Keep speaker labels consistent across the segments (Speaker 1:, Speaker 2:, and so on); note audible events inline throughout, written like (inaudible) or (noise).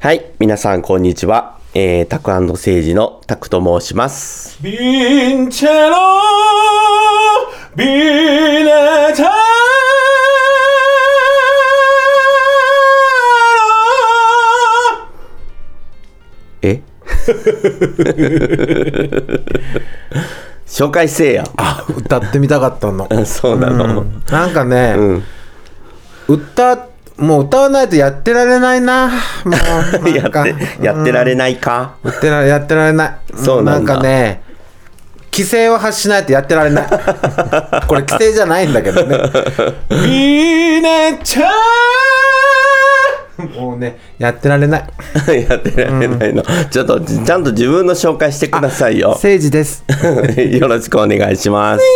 Speaker 1: はい、皆さんこんにちは。えー、タクセイジのタクと申します。
Speaker 2: ヴィンチェロヴィネチェロ
Speaker 1: え (laughs) 紹介せえや。、
Speaker 3: あ歌ってみたかったの
Speaker 1: (laughs) そうなの。 (laughs)
Speaker 3: うんなんかね、
Speaker 1: うん。
Speaker 3: 歌もう歌わないとやってられないなもう
Speaker 1: や
Speaker 3: なんか
Speaker 1: って、やってられないか。 (laughs)
Speaker 3: やってらやってられない
Speaker 1: そうなんだ
Speaker 3: かね規制を発しないとやってら
Speaker 1: (laughs)
Speaker 3: れないこれ規制じゃないんだけどね
Speaker 2: ヴィネチェロ
Speaker 3: もうねやってられない
Speaker 1: やってられないの。ちょっと、ちちゃんと自分の紹介してくださいよ。
Speaker 3: 政治です
Speaker 1: (laughs) よろしくお願いします。 (laughs)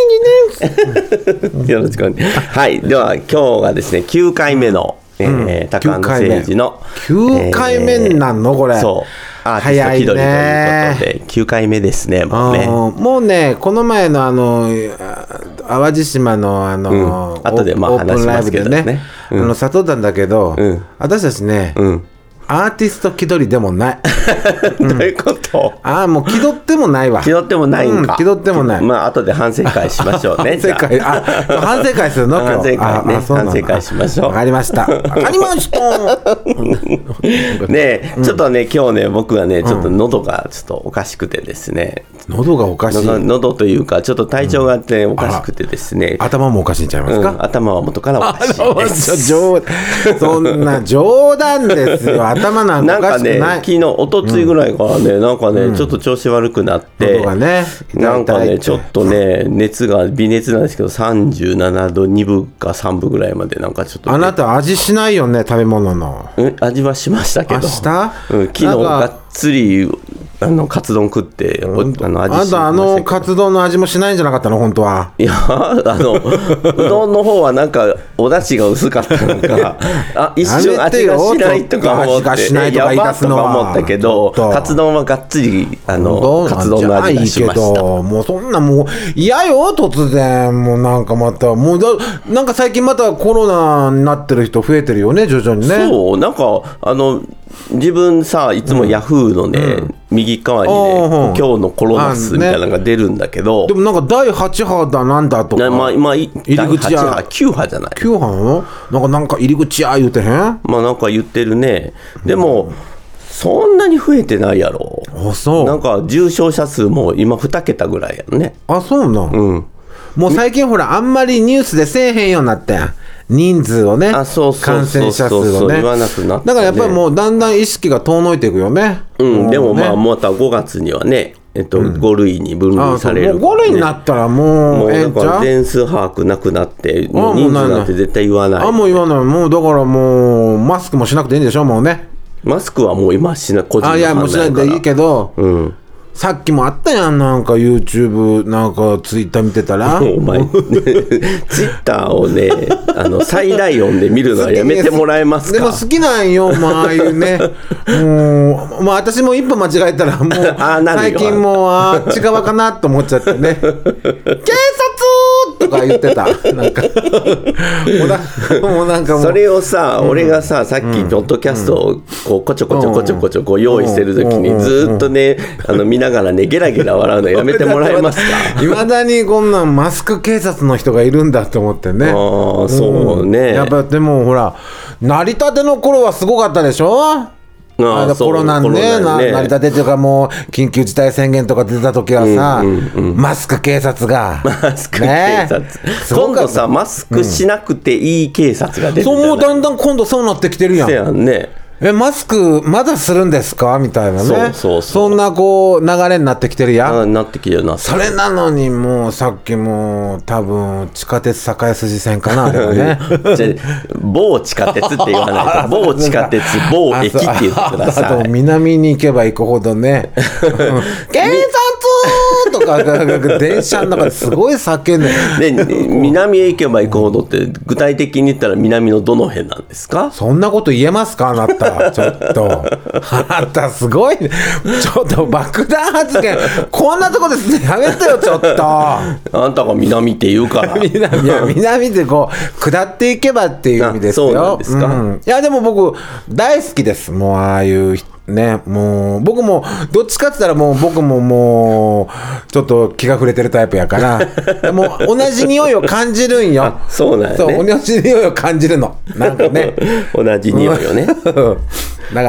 Speaker 1: よろしくお願いはい。では、今日がですね、9回目の、えー、高野
Speaker 3: 9回目
Speaker 1: 誠治の。
Speaker 3: 9回目なんのこれ
Speaker 1: そう。アーティスト気取りということで、9回目ですね、もう
Speaker 3: あ
Speaker 1: ね。
Speaker 3: ーもうねこの前のあのあ淡路島のあの、
Speaker 1: うん後でまあ
Speaker 3: オープンライブで
Speaker 1: 話しますけ
Speaker 3: ね
Speaker 1: どねうん
Speaker 3: あの悟ったんだけど、
Speaker 1: ん
Speaker 3: 私たちね、
Speaker 1: うん。
Speaker 3: アーティスト気取りでもない
Speaker 1: (laughs) どういうこと
Speaker 3: ああもう気取ってもないわ
Speaker 1: 気取ってもないん
Speaker 3: う
Speaker 1: か。
Speaker 3: ん気取ってもない
Speaker 1: まあ、後で反省会しましょうね。
Speaker 3: (laughs) 反省会
Speaker 1: じゃあ
Speaker 3: あ反省会するの今
Speaker 1: 反省会
Speaker 3: 日
Speaker 1: ね
Speaker 3: ああそうなの
Speaker 1: 反省会しましょう
Speaker 3: わかりましたわかりました
Speaker 1: ねちょっとね、今日ね、僕はね、ちょっと喉がちょっとおかしくてですね、
Speaker 3: 喉がおかしい
Speaker 1: 喉喉というか、ちょっと体調があっておかしくてですね、
Speaker 3: 頭もおかしいんちゃいます
Speaker 1: う
Speaker 3: か、
Speaker 1: ん、頭は元からおかしいです。 (laughs)
Speaker 3: 冗そんな冗談ですよ頭なんか
Speaker 1: な
Speaker 3: お
Speaker 1: ん
Speaker 3: か
Speaker 1: か
Speaker 3: しくない
Speaker 1: ね、昨日、おとついぐらいからね、なんかね、ちょっと調子悪くなって、
Speaker 3: 喉がね
Speaker 1: なんか
Speaker 3: 痛い
Speaker 1: ね、
Speaker 3: って
Speaker 1: ちょっとね、熱が、微熱なんですけど、37度2分か3分ぐらいまで、なんかちょっとね、
Speaker 3: あなた味しないよね食べ物の
Speaker 1: うん味はしましたけど、
Speaker 3: 明日
Speaker 1: うん、昨日、
Speaker 3: なんか
Speaker 1: がっつり、あの、カツ丼食って、おあの、
Speaker 3: あ
Speaker 1: 味し
Speaker 3: な
Speaker 1: て
Speaker 3: た
Speaker 1: ました
Speaker 3: あの
Speaker 1: けど
Speaker 3: カツ丼の味もしないんじゃなかったの本当はい
Speaker 1: やあ
Speaker 3: (laughs)
Speaker 1: のうどんの方はなんかお出汁が薄かったのかあ一瞬
Speaker 3: やめ
Speaker 1: 味
Speaker 3: てよ
Speaker 1: がしないとか思
Speaker 3: ちょっと味が
Speaker 1: って、
Speaker 3: しないとか言い
Speaker 1: やば
Speaker 3: 出
Speaker 1: っ
Speaker 3: す
Speaker 1: と
Speaker 3: のは
Speaker 1: か思ったけど
Speaker 3: ちょっと
Speaker 1: カツ丼はがっつりあのカツ丼の味がしま
Speaker 3: じゃあ
Speaker 1: し
Speaker 3: いいけ
Speaker 1: た
Speaker 3: どもうそんなもう嫌よ突然もうなんかまたもうだなんか最近またコロナになってる人増えてるよね徐々にね
Speaker 1: そうなんかあの自分さいつもヤフーのね、右側に
Speaker 3: おうお
Speaker 1: ね
Speaker 3: う
Speaker 1: 今日のコロナ数みたいなのが出るんだけど、
Speaker 3: でもなんか第8波だなんだとか
Speaker 1: なまあ今入
Speaker 3: り口や
Speaker 1: 9波じゃない
Speaker 3: 9波のなんかなんか入り口や言うてへんあ
Speaker 1: まあなんか言ってるねでも、そんなに増えてないやろ
Speaker 3: そ
Speaker 1: なん
Speaker 3: う
Speaker 1: か重症者数も今2桁ぐらいやね。
Speaker 3: あそうなん、
Speaker 1: うん。
Speaker 3: もう最近ほらあんまりニュースでせえへんようになってん人数をね
Speaker 1: あそうそう
Speaker 3: 感染者数
Speaker 1: そうそ
Speaker 3: を
Speaker 1: うそう
Speaker 3: ね
Speaker 1: 言わなくなったね
Speaker 3: だからやっぱりもうだんだん意識が遠のいていくよね
Speaker 1: うん、でもまあ、
Speaker 3: ね
Speaker 1: また5月にはね、えっと、5類に分
Speaker 3: あ
Speaker 1: 類
Speaker 3: そ
Speaker 1: さ
Speaker 3: う
Speaker 1: れ
Speaker 3: も
Speaker 1: る、
Speaker 3: う5類になったらも
Speaker 1: も
Speaker 3: う
Speaker 1: う
Speaker 3: ええ
Speaker 1: だ
Speaker 3: んち
Speaker 1: から
Speaker 3: ゃう
Speaker 1: 全数把握なくなって、もう
Speaker 3: も
Speaker 1: 人
Speaker 3: うない
Speaker 1: 数
Speaker 3: ない
Speaker 1: なんて絶対言わない。
Speaker 3: あもう言わないもうだからもうマスクもしなくていいんでしょもうね
Speaker 1: マスクはもう今しない、個人の
Speaker 3: あ
Speaker 1: 判断
Speaker 3: い
Speaker 1: や
Speaker 3: や
Speaker 1: から
Speaker 3: もうしないでいいけど、
Speaker 1: うん。
Speaker 3: さっきもあったやんなんか YouTube なんか Twitter 見てたら
Speaker 1: もうお
Speaker 3: (laughs)
Speaker 1: 前、 (laughs) ツイッターをね、あの、最大音で見るのはやめてもらえます
Speaker 3: でも
Speaker 1: か。
Speaker 3: 好きなんよ、まあ、ああいう
Speaker 1: (laughs)
Speaker 3: ね。もう、まあ、私も一歩間違えたら、もう、
Speaker 1: あーなる
Speaker 3: 最
Speaker 1: よ
Speaker 3: 近もう、あっち側かなと思っちゃって
Speaker 1: (laughs)
Speaker 3: ね。警察とか言ってた。なんか、もうなもうなんかもう。
Speaker 1: それをさ、俺がさ、さっき、ポッドキャストをこうこちょこちょこちょこちょこう用意してるとき
Speaker 3: うんう
Speaker 1: に、
Speaker 3: ん
Speaker 1: ずーっとね、あの見ながらね、ゲラゲラ笑うのやめてもらえます (laughs)
Speaker 3: (laughs)
Speaker 1: か。
Speaker 3: いまだにこんなんマスク警察の人がいるんだと思ってね。
Speaker 1: あーそうね
Speaker 3: やっぱでもほら、成り立ての頃はすごかったでしょ
Speaker 1: ー
Speaker 3: あの
Speaker 1: そう
Speaker 3: コロナ
Speaker 1: コ
Speaker 3: ね
Speaker 1: ロナね
Speaker 3: な成り立てというかもう緊急事態宣言とか出た時はさ、マスク警察が
Speaker 1: マスク警察、
Speaker 3: ね
Speaker 1: 今度さ、マスクしなくていい警察が出るじゃ
Speaker 3: そう
Speaker 1: ない
Speaker 3: もうだんだん今度そうなってきてるやん
Speaker 1: せやんね。
Speaker 3: えマスクまだするんですかみたいなね
Speaker 1: そうそうそうん
Speaker 3: なこう流れになってきてるやん
Speaker 1: あなってきて
Speaker 3: (laughs)
Speaker 1: るな。
Speaker 3: それなのにもうさっきもう多分地下鉄栄筋線かなあれ
Speaker 1: (laughs)
Speaker 3: はね
Speaker 1: じゃあ某地下鉄って言わないと某地下鉄某駅って言ってくだ
Speaker 3: あと
Speaker 1: さ
Speaker 3: あと
Speaker 1: い
Speaker 3: 南に行けば行くほどね警察とかなんか電車の中ですごい叫んで
Speaker 1: で
Speaker 3: (laughs)
Speaker 1: 南へ行けば行くほどって具体的に言ったら南のどの辺なんですか
Speaker 3: そんなこと言えますかあなたよ、ちょっと。あなた、すごいね。ちょっと爆弾発言、こんなとこですね、やめてよ、ちょっと。
Speaker 1: あんたが南って言うから。
Speaker 3: 南いや南でこう下っていけばっていう意味ですよ。
Speaker 1: あそうなんですか
Speaker 3: んいやでも僕大好きです。もうああいう人ねもう僕もどっちかって言ったらもう僕ももうちょっと気が触れてるタイプやから。もう同じ匂いを感じるんよ。
Speaker 1: そうなんや
Speaker 3: そう
Speaker 1: ね。
Speaker 3: 同じ匂いを感じるの。なんかね。
Speaker 1: 同じ匂いよ
Speaker 3: (laughs)
Speaker 1: ね。
Speaker 3: だか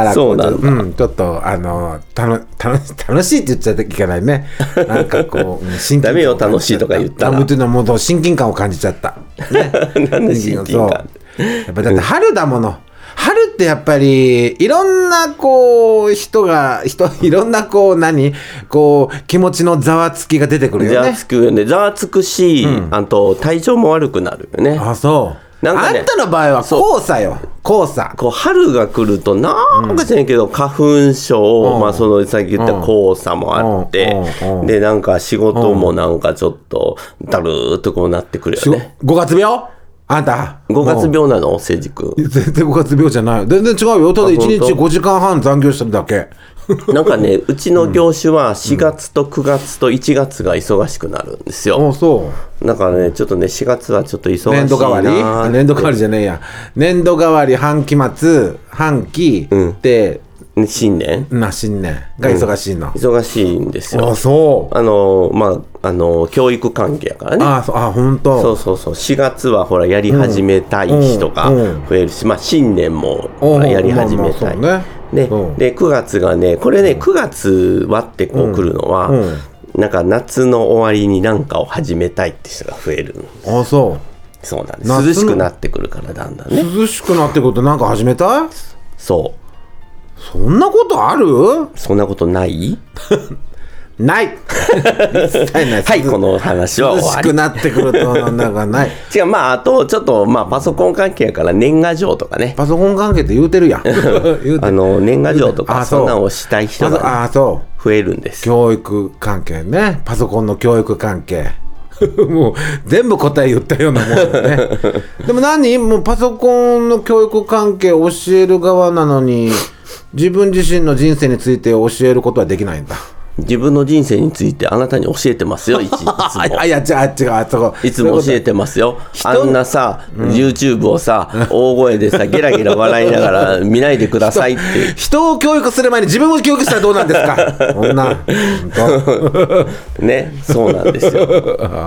Speaker 3: らこ
Speaker 1: そうなんだ
Speaker 3: ん、ちょっとあのたの楽し楽しいって言っちゃいけないねなんかこううん親近
Speaker 1: ダメよ楽しいとか言ったら
Speaker 3: あもうというのはもう親近感を感じちゃった、ね、
Speaker 1: なんで親近感
Speaker 3: そうやっぱだって春だもの、春ってやっぱりいろんなこう人が人 (laughs) いろんなこう何こう気持ちのざわつきが出てくる
Speaker 1: ざ
Speaker 3: よ
Speaker 1: わ
Speaker 3: ね
Speaker 1: つくよね。ざわつくし、あと体調も悪くなるよね。
Speaker 3: あそう
Speaker 1: なんかね
Speaker 3: あんたの場合は
Speaker 1: そ
Speaker 3: 黄砂よ黄砂
Speaker 1: こう春が来るとなんかじゃないけど花粉症、
Speaker 3: うん
Speaker 1: まあそのさっき言った
Speaker 3: うん
Speaker 1: 黄砂もあって、
Speaker 3: うんうん
Speaker 1: でなんか仕事もなんかちょっとだるーっとこうなってくるよね。
Speaker 3: 5月病あんた
Speaker 1: 5月
Speaker 3: もう
Speaker 1: 病なのせいじくん。
Speaker 3: 全然5月病じゃない全然違うよただ1
Speaker 1: 本当
Speaker 3: 日5時間半残業してるだけ
Speaker 1: (laughs) なんかね、うちの業種は4月と9月と1月が忙しくなるんですよ。
Speaker 3: あそう
Speaker 1: だからね、ちょっとね、4月はちょっと忙しいなー
Speaker 3: 年度変わりあ年度変わりじゃねえや年度変わり半期末半期で、
Speaker 1: ね新年
Speaker 3: な新年が忙しいの、
Speaker 1: 忙しいんですよ。
Speaker 3: そう
Speaker 1: あの、まあ、あの、教育関係やからね。
Speaker 3: あそうあ本当
Speaker 1: そうそうそう4月はほらやり始めたい人が
Speaker 3: うんうん
Speaker 1: 増えるし、まあ、新年も
Speaker 3: うん
Speaker 1: ほらやり始めたい、
Speaker 3: まあまあそうね
Speaker 1: ね
Speaker 3: うん
Speaker 1: で9月がねこれね9月はってこう来るのは、
Speaker 3: うん
Speaker 1: なんか夏の終わりに何かを始めたいって人が増える
Speaker 3: あそ
Speaker 1: そうなんで
Speaker 3: 夏の
Speaker 1: す涼しくなってくるからだんだん
Speaker 3: う
Speaker 1: ね
Speaker 3: 涼しくなってくるとなんか始めたい
Speaker 1: そ
Speaker 3: そんなことある
Speaker 1: うそんなことない
Speaker 3: な
Speaker 1: (laughs)
Speaker 3: い一切ない
Speaker 1: はいこの話は
Speaker 3: 涼
Speaker 1: 終
Speaker 3: し
Speaker 1: わ
Speaker 3: く
Speaker 1: り
Speaker 3: なってくるとなんかない
Speaker 1: 違うまああとちょっとまあパソコン関係やから年賀状とかね
Speaker 3: パソコン関係って言うてるやん言うてる
Speaker 1: (laughs) あの年賀状と
Speaker 3: あ
Speaker 1: か
Speaker 3: そう
Speaker 1: そんなんをしたい人
Speaker 3: パソ
Speaker 1: が
Speaker 3: あそう
Speaker 1: 増えるんです
Speaker 3: 教育関係ねパソコンの教育関係 (laughs) もう全部答え言ったようなもんだ
Speaker 1: (laughs)
Speaker 3: ねでも何もうパソコンの教育関係を教える側なのに自分自身の人生について教えることはできないんだ
Speaker 1: 自分の人生についてあなたに教えてますよ、
Speaker 3: (laughs)
Speaker 1: いちいつも。
Speaker 3: ああいや違う違うあそこ
Speaker 1: いつも教えてますよ。あんなさ、YouTube をさ、大声でさ、ゲラゲラ笑いながら見ないでくださいって。
Speaker 3: 人を教育する前に自分を教育したらどうなんですかそんな本
Speaker 1: ね、そうなんです
Speaker 3: (laughs)
Speaker 1: よ。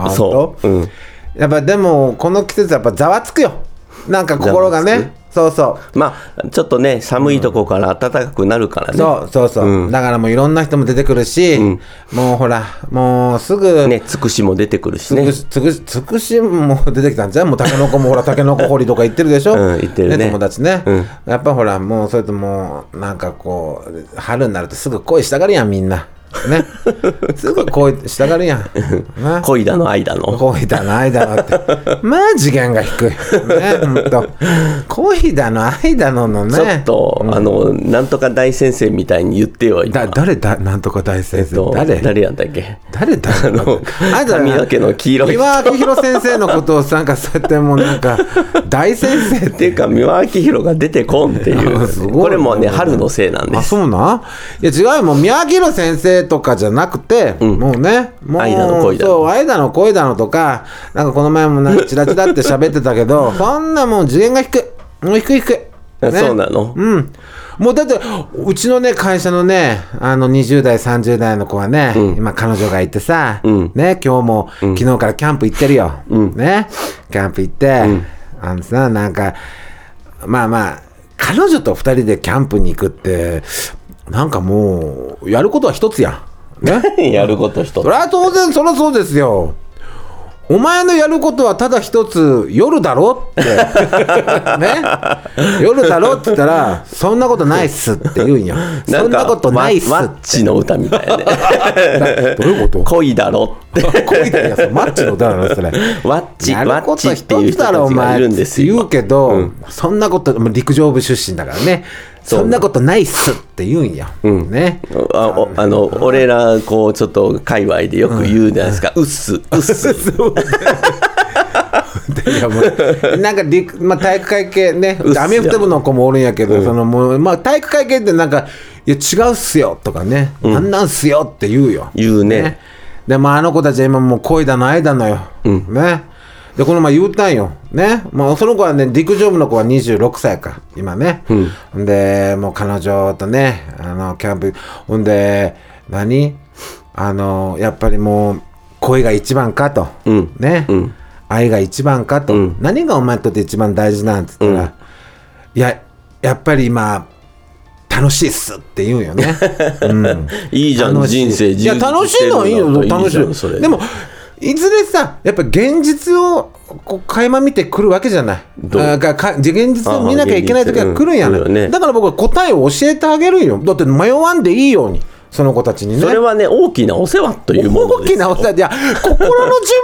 Speaker 3: 当
Speaker 1: (laughs) そ
Speaker 3: 本
Speaker 1: う。
Speaker 3: 当
Speaker 1: うん。
Speaker 3: やっぱでもこの季節やっぱざわつくよなんか心が
Speaker 1: ざわ
Speaker 3: ねそうそう
Speaker 1: まあ、ちょっとね、寒いとこから暖かくなるからね。
Speaker 3: そうそうそう、だからもういろんな人も出てくるし、もうほらもうすぐ、
Speaker 1: ね、つくしも出てくるし
Speaker 3: つ
Speaker 1: ね
Speaker 3: く。しつくしつくしも出てきたんじゃんもうたけのこもほらたけのこ掘りとか行ってるでしょ、
Speaker 1: うん行ってるね
Speaker 3: 友達ね、
Speaker 1: うん
Speaker 3: やっぱほらもうそれともうなんかこう春になるとすぐ恋したがるやんみんな
Speaker 1: (laughs)
Speaker 3: ねすぐ恋したがるやんな
Speaker 1: 恋だの愛だの。
Speaker 3: 恋だな愛だ
Speaker 1: (laughs)
Speaker 3: なってまあ次元が低いねほんと恋だの愛だののね
Speaker 1: ちょっと、あの、なんとか大先生みたいに言ってよ、今
Speaker 3: だ誰だなんとか大先生、
Speaker 1: と
Speaker 3: 誰
Speaker 1: 誰やったっけ
Speaker 3: 誰だ
Speaker 1: あの
Speaker 3: あんた
Speaker 1: 髪の毛の黄色い人
Speaker 3: 岩明宏先生のことをなんかそうやってもうなん
Speaker 1: (laughs)
Speaker 3: か大先生
Speaker 1: って
Speaker 3: っ
Speaker 1: い
Speaker 3: て
Speaker 1: うか三輪明宏が出てこんってい
Speaker 3: あ (laughs) す
Speaker 1: う
Speaker 3: ごい
Speaker 1: これもね春のせいなんで
Speaker 3: あ
Speaker 1: す
Speaker 3: そうなんいや違うよもう宮明宏先生とかじゃなくて、もうねもう
Speaker 1: 愛だの恋だの
Speaker 3: そう愛だの恋だのとかなんかこの前もなんかチラチラって喋ってたけどそんなもう次元が低いもう低い低い、ね
Speaker 1: そうなの、
Speaker 3: うん。もうだって、うちのね、会社のね、あの、20代、30代の子はね、今、彼女がいてさ、
Speaker 1: ん
Speaker 3: ね、今日も、昨日からキャンプ行ってるよ。ね、キャンプ行って、あのさ、なんか、まあまあ、彼女と二人でキャンプに行くって、なんかもう、やることは一つやん。ね。
Speaker 1: やること一
Speaker 3: そ
Speaker 1: つ
Speaker 3: りゃ当然そりゃそうですよお前のやることはただ一つ夜だろって (laughs) ね夜だろって言ったらそんなことないっすって言うんよ
Speaker 1: か
Speaker 3: そんなことないっす
Speaker 1: ママッチの歌みた
Speaker 3: (laughs)
Speaker 1: いなね
Speaker 3: どういうこと
Speaker 1: 恋だろって
Speaker 3: 恋だよそれマッチの歌なのそれ
Speaker 1: ワッチ
Speaker 3: やる
Speaker 1: ワッ
Speaker 3: こ
Speaker 1: チ
Speaker 3: と
Speaker 1: っていう
Speaker 3: 一つ
Speaker 1: 人た
Speaker 3: だ
Speaker 1: ち
Speaker 3: ろお
Speaker 1: がい
Speaker 3: 前
Speaker 1: る
Speaker 3: っ
Speaker 1: んです
Speaker 3: て言う
Speaker 1: よ
Speaker 3: けど、そんなこともう陸上部出身だからね
Speaker 1: そう
Speaker 3: そんなことないっすって言うんよ、ね
Speaker 1: あおあの俺らこうちょっ
Speaker 3: (laughs)
Speaker 1: と界隈でよく言うじゃないですか「うっすうっす」
Speaker 3: いやもうなんかリク、まあ、体育会系ね
Speaker 1: うっすよ
Speaker 3: アメフト部の子もおるんやけど、そのもうまあ、体育会系ってなんか「いや違うっすよ」とかね「あんなんっすよ」って言うよ。
Speaker 1: 言うね
Speaker 3: ねでもあの子たちは今もう恋だの愛だのよ、ねでこの前言うたんよねもうその子はね陸上部の子は26歳か今ね、でもう彼女とねあのキャンプほんで何あのやっぱりもう恋が一番かと、ね、愛が一番かと、何がお前にとって一番大事なんって言ったら、いややっぱり今楽しいっすって言うんよね、うん
Speaker 1: いいじゃん
Speaker 3: 楽しい
Speaker 1: 人生
Speaker 3: いや楽しいのはいいよ楽しい
Speaker 1: よ
Speaker 3: でもいずれさやっぱ現実をこう垣間見てくるわけじゃない
Speaker 1: どう
Speaker 3: あがか現実を見なきゃいけない時が来るんやな
Speaker 1: あー現実うん来るよね
Speaker 3: だから僕は答えを教えてあげるんよだって迷わんでいいようにその子たちにね
Speaker 1: それはね大きなお世話というもの
Speaker 3: 大
Speaker 1: です
Speaker 3: きなお世話いや心の準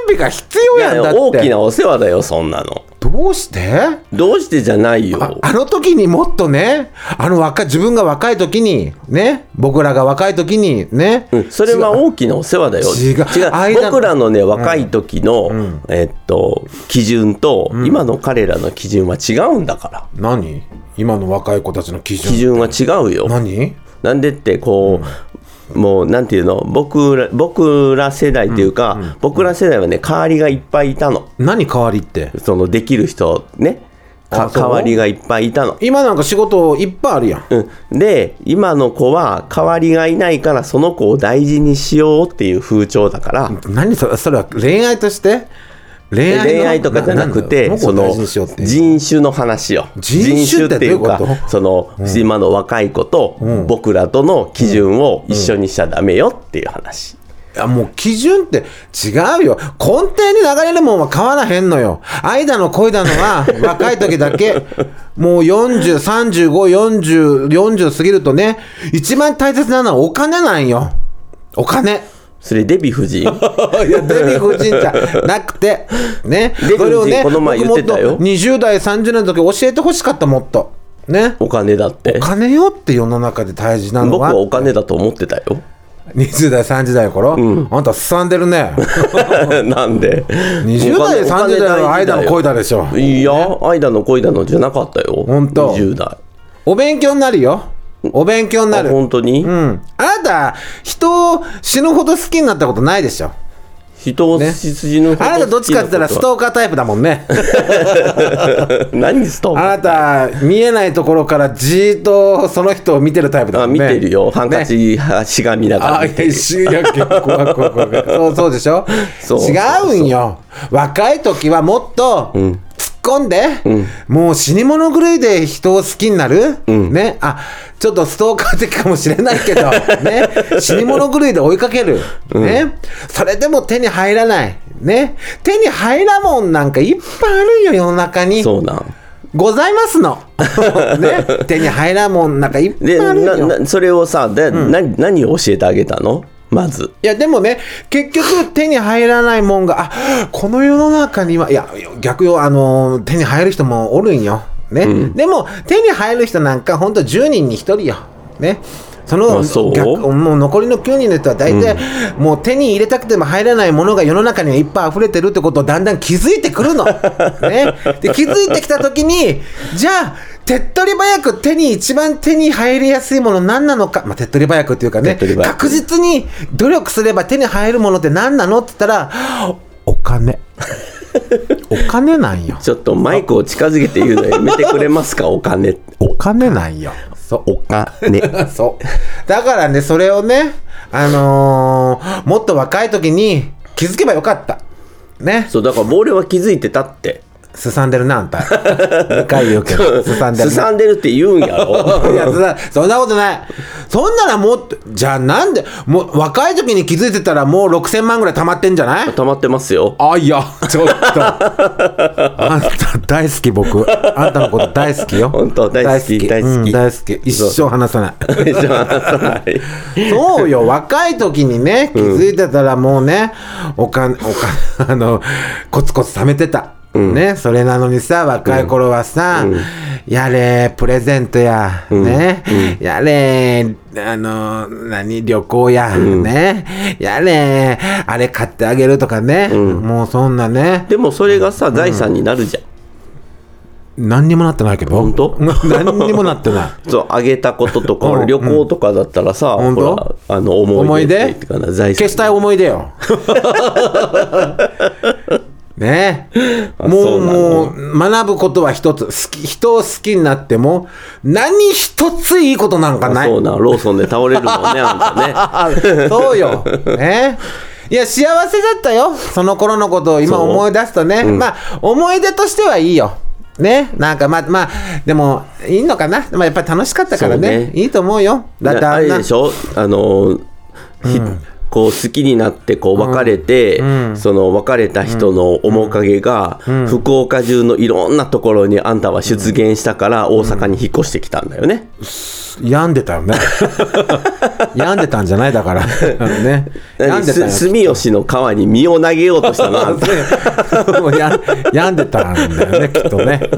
Speaker 3: 備が必要やんだって
Speaker 1: 大きなお世話だよそんなの
Speaker 3: どうして
Speaker 1: どうしてじゃないよ
Speaker 3: ああの時にもっとね、あの若い自分が若い時に、ね、僕らが若い時にね、
Speaker 1: うんそれは大きなお世話だよ。
Speaker 3: 違う間の
Speaker 1: 僕らのね、若い時の、えっと、基準と、今の彼らの基準は違うんだから。
Speaker 3: 何今の若い子たちの基準
Speaker 1: 基準は違うよ。
Speaker 3: 何
Speaker 1: なんでって、こう、もう、なんていうの、僕ら、僕ら世代というか、僕ら世代はね、代わりがいっぱいいたの。
Speaker 3: 何代わりって
Speaker 1: その、できる人、ね。か
Speaker 3: あそう
Speaker 1: 代わりがいっぱいいたの。
Speaker 3: 今なんか仕事いっぱいあるやん
Speaker 1: うん、で今の子は代わりがいないからその子を大事にしようっていう風潮だから、
Speaker 3: 何それそれは恋愛として恋愛の
Speaker 1: 恋愛とかじゃなく
Speaker 3: ん
Speaker 1: て
Speaker 3: だ
Speaker 1: そ
Speaker 3: この
Speaker 1: の
Speaker 3: 子を大事にしようって
Speaker 1: 人種の話よ
Speaker 3: 人種ってどういうこと
Speaker 1: 人種っていうかその今の若い子と僕らとの基準を一緒にしちゃダメよっていう話
Speaker 3: いやもう基準って違うよ根底に流れるもんは買わなへんのよ愛だの恋だの
Speaker 1: (laughs)
Speaker 3: は若い時だけもう40354040過ぎるとね一番大切なのはお金なんよお金
Speaker 1: それデヴィ夫人
Speaker 3: (laughs) いやデヴィ夫人じゃなくてね
Speaker 1: デヴィ夫人
Speaker 3: それをね
Speaker 1: この前言ってたよ
Speaker 3: 僕もっと20代30代の時教えてほしかったもっとね
Speaker 1: お金だって
Speaker 3: お金よって世の中で大事なの
Speaker 1: 僕
Speaker 3: は
Speaker 1: はお金だと思ってた
Speaker 3: (laughs)
Speaker 1: よ
Speaker 3: 20代30代の頃、あんたすさんでるね
Speaker 1: なんで
Speaker 3: 20代
Speaker 1: お金
Speaker 3: 30代の間の恋
Speaker 1: お金大事だ
Speaker 3: だでしょ
Speaker 1: よいや愛だの恋だのじゃなかったよ
Speaker 3: 本当
Speaker 1: 20代
Speaker 3: お勉強になるよお勉強にな
Speaker 1: あ
Speaker 3: る
Speaker 1: 本当に、
Speaker 3: うんあなた人を死ぬほど好きになったことない
Speaker 1: (laughs)
Speaker 3: でしょ
Speaker 1: 人を筋の
Speaker 3: あなたどっちかって言ったらストーカータイプだもんね
Speaker 1: ー何ストーカー
Speaker 3: あなた見えないところからじーっとその人を見てるタイプだ
Speaker 1: あ
Speaker 3: もん
Speaker 1: 見
Speaker 3: ね
Speaker 1: てるよ、ハンカ
Speaker 3: ね
Speaker 1: チはしがみながら
Speaker 3: あ
Speaker 1: 見
Speaker 3: い
Speaker 1: て
Speaker 3: や
Speaker 1: る
Speaker 3: 一緒やけん怖い怖い怖い怖いそうそうでしょ
Speaker 1: そうそうそう
Speaker 3: 違うんよ若い時はもっと突っ込んで、もう死に物狂いで人を好きになる、ねあちょっとストーカー的かもしれない
Speaker 1: (laughs)
Speaker 3: けどね死に物狂いで追いかける、ねそれでも手に入らないね手に入らんもんなんかいっぱいあるよ世の中に
Speaker 1: そうなん
Speaker 3: ございま
Speaker 1: (laughs)
Speaker 3: すの、ね、手に入らんもんなんかいっぱい
Speaker 1: で
Speaker 3: あるよ
Speaker 1: ななそれをさで、な何を教えてあげたのまず
Speaker 3: いやでもね結局手に入らないもんがあこの世の中にはいや逆よあの手に入る人もおるんよ、ねでも手に入る人なんかほんと10人に1人よ、ね、その
Speaker 1: あそう
Speaker 3: 逆もう残りの9人の人は大体、もう手に入れたくても入らないものが世の中にはいっぱい溢れてるってことをだんだん気づいてく
Speaker 1: (laughs)
Speaker 3: るの、ね、で気づいてきた時にじゃあ手っ取り早く手に一番手に入りやすいもの何なのか、まあ、手っ取り早くっていうかね
Speaker 1: 手っ取り早く
Speaker 3: 確実に努力すれば手に入るものって何なのって言ったらお金お金なんよ
Speaker 1: ちょっとマイクを近づけて言うのやめてくれます
Speaker 3: (laughs)
Speaker 1: かお金
Speaker 3: お金なんよ
Speaker 1: そう (laughs) お金
Speaker 3: (laughs) そうだからねそれをねあのーもっと若い時に気づけばよかったね
Speaker 1: そうだからボールは気づいてたって
Speaker 3: すさんでるなあん (laughs) た2回言うけどすさんでる
Speaker 1: す
Speaker 3: な
Speaker 1: さんでるって言うんや
Speaker 3: (laughs)
Speaker 1: ろ
Speaker 3: いやそんなそんなことないそんならもっとじゃあなんでもう若い時に気づいてたらもう6000万ぐらい溜まってんじゃない
Speaker 1: 溜まってます
Speaker 3: (laughs)
Speaker 1: よ
Speaker 3: あいやちょっと (laughs) あんた大好き僕あんたのこと大好きよ
Speaker 1: 本当大好き
Speaker 3: 大
Speaker 1: 大好き
Speaker 3: 好き,、うん大好き一生離さない
Speaker 1: じゃあはい
Speaker 3: そう (laughs) よ、若い時に (laughs) ね、気づいてたらもうね、お金、お金、あの、コツコツ貯めてた。ね、それなのにさ、若い頃はさ、やれ、プレゼントや、ね、やれ、あの、何、旅行や、ね、やれ、あれ買ってあげるとかね、もうそんなね、
Speaker 1: でもそれがさ財産になるじゃん、
Speaker 3: 何にもなってないけど。
Speaker 1: 本当
Speaker 3: (laughs) 何にもなってない。
Speaker 1: そうあげたことと
Speaker 3: うんう
Speaker 1: か
Speaker 3: ん
Speaker 1: 旅行とかだったらさ、
Speaker 3: 本
Speaker 1: ほ
Speaker 3: 当
Speaker 1: らあの思
Speaker 3: 思
Speaker 1: い
Speaker 3: い
Speaker 1: 出
Speaker 3: 出
Speaker 1: っていうかな財産
Speaker 3: 消したい思い
Speaker 1: (laughs)
Speaker 3: 出よ。ねえ。
Speaker 1: あ
Speaker 3: も、
Speaker 1: そううな
Speaker 3: も
Speaker 1: の
Speaker 3: う、学ぶことは一つ。好き、人を好きになっても、何一ついいことなんかない。
Speaker 1: そうなんローソンで倒れるも
Speaker 3: (laughs)
Speaker 1: んねあん
Speaker 3: あ (laughs) そうよ。ね。いや、幸せだったよ。その頃のことを今
Speaker 1: そう
Speaker 3: 思い出すとね。まあ、思い出としてはいいよ。ね。なんか、まあ、まあ、でも、いいのかな。まあ、やっぱり楽しかったから
Speaker 1: そう
Speaker 3: ね
Speaker 1: ね。
Speaker 3: いいと思うよ。だ
Speaker 1: たねで
Speaker 3: ってあ
Speaker 1: あ
Speaker 3: ん
Speaker 1: れ
Speaker 3: な
Speaker 1: でしょあの、ひこう好きになってこう別れて、その別れた人の面影が、福岡中のいろんなところにあんたは出現したから大阪に引っ越してきたんだよね、
Speaker 3: (laughs) 病んでたよ
Speaker 1: (laughs)
Speaker 3: ね病んでたんじゃないだからね病んでたよ
Speaker 1: す住吉の川に身を投げようとしたなあん
Speaker 3: (laughs)
Speaker 1: た
Speaker 3: もう (laughs) や病んでたんだよねきっ
Speaker 1: (laughs)
Speaker 3: とね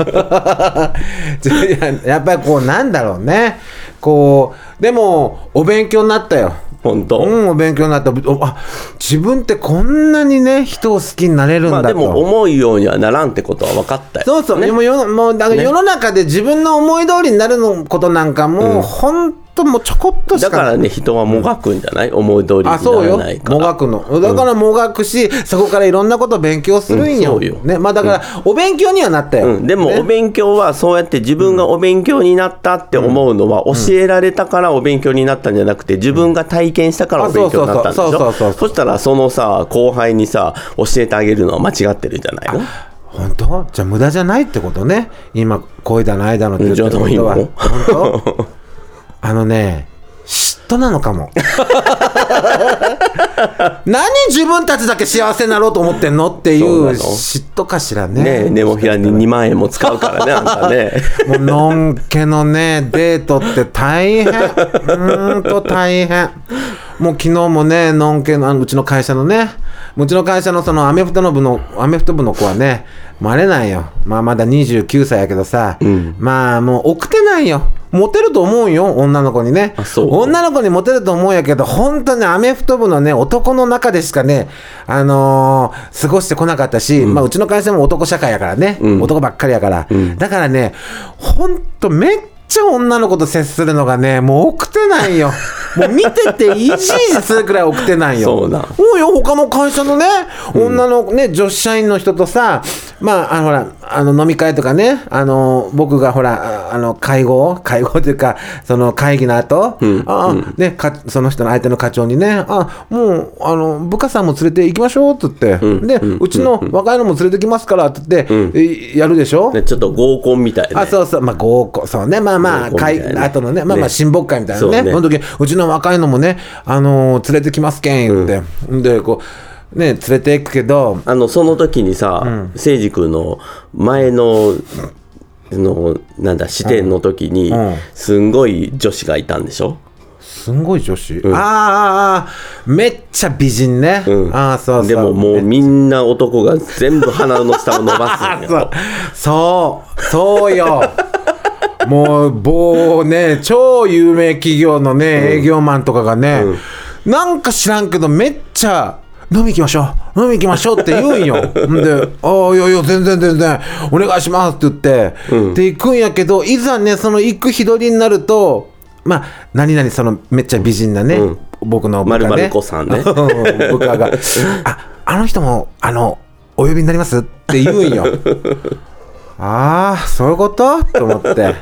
Speaker 3: ちょややっぱりこうなんだろうねこうでもお勉強になったよ
Speaker 1: 本当、
Speaker 3: うんお勉強になったおあ自分ってこんなにね人を好きになれるん
Speaker 1: まあ
Speaker 3: だ
Speaker 1: で
Speaker 3: と、
Speaker 1: も思うようにはならんってことは分かったよ
Speaker 3: そうそう、でも世のもうだから世の中で自分の思い通りになるのことなんかもう、ほんともうちょこっとし
Speaker 1: だ
Speaker 3: か
Speaker 1: からね人はもがくんじゃない思い通りにな
Speaker 3: あそう
Speaker 1: ら
Speaker 3: よ
Speaker 1: ないから
Speaker 3: もがくのだからもがくし、そこからいろんなこと勉強するん
Speaker 1: う
Speaker 3: よ,、
Speaker 1: んそうよ
Speaker 3: ねまあだから、お勉強にはなったよ、
Speaker 1: うん、でもお勉強はそうやって自分がお勉強になったって思うのは教えられたからお勉強になったんじゃなくて自分が体験したからお勉強になったんでし
Speaker 3: あそうそうそうそう
Speaker 1: ょ
Speaker 3: そうそうそ
Speaker 1: そしたらそのさ後輩にさ教えてあげるのは間違ってるんじゃないの
Speaker 3: 本当じゃあ無駄じゃないってことね今恋だの愛だのって言ってるこ
Speaker 1: じゃ
Speaker 3: と
Speaker 1: あ
Speaker 3: は
Speaker 1: どういうの
Speaker 3: 本
Speaker 1: (laughs)
Speaker 3: 当あのね嫉妬なのかも何自分たちだけ幸せになろうと思ってんのってい
Speaker 1: そう
Speaker 3: う
Speaker 1: なの
Speaker 3: 嫉妬かしらね
Speaker 1: ねえネモフィラに2万円も使うからねあんた
Speaker 3: (laughs)
Speaker 1: ね
Speaker 3: もうのんけのねデートって大変うーんと大変もう昨日もねのんけのあのうちの会社のねうちの会社のそのアメフトの部のアメフト部の子はねもうあれなんよまあまだ29歳やけどさ、まあもう奥手なんよモテると思うよ女の子にね
Speaker 1: そう
Speaker 3: 女の子にモテると思うんやけど本当にアメフト部のね男の中でしかねあのー過ごしてこなかったし、まあうちの会社も男社会やからね、男ばっかりやから、だからね本当めっちゃ女の子と接するのがねもう奥手なんよもう見ててイジイジするくらい奥手なん
Speaker 1: (laughs)
Speaker 3: よ
Speaker 1: そうなん
Speaker 3: そうよ他の会社のね女のね女子社員の人とさまああのほらあの飲み会とかねあの僕がほらああの会合会合というかその会議の後、あねかその人の相手の課長にねあもうあの部下さんも連れて行きましょうって言って、で、うちの若いのも連れてきますからって言って、えやるでしょ、
Speaker 1: ねちょっと合コンみたいな、
Speaker 3: あそうそう、まあ、合コン、そうね、まあま
Speaker 1: 合コ
Speaker 3: あ、
Speaker 1: ンみたいなね
Speaker 3: 会後のね、まあまあ、
Speaker 1: ね
Speaker 3: 親睦会みたいなね、
Speaker 1: そうね
Speaker 3: その時うちの若いのもね、あのー連れてきますけん言って、ん、で、こう、ね、連れていくけど、
Speaker 1: あのその時にさ、誠司君の前ののなんだ視点の時に、
Speaker 3: んうん
Speaker 1: すんごい女子がいたんでしょ
Speaker 3: すんごい女子、あーあー、あーめっちゃ美人ね、
Speaker 1: うん
Speaker 3: ああ、そうそう。
Speaker 1: でももう
Speaker 3: ね
Speaker 1: みんな男が全部鼻の下を伸ば
Speaker 3: (laughs)
Speaker 1: すんや
Speaker 3: そう、そう、そう (laughs) よ。もう、某ね、超有名企業のね、営業マンとかがね、なんか知らんけど、めっちゃ、飲み行きましょう飲み行きましょうって言うん (laughs) よ。んで、ああ、いやいや、全然全然、お願いしますって言って、で、行くんやけど、いざね、その行く日取りになると、まあ、何々、その、めっちゃ美人なね、僕の部下ね。
Speaker 1: 丸々子さん
Speaker 3: (laughs)
Speaker 1: ね
Speaker 3: 部下が、あ、あの人も、あの、お呼びになりますって言うんよ。 (laughs) ああそういうことと思って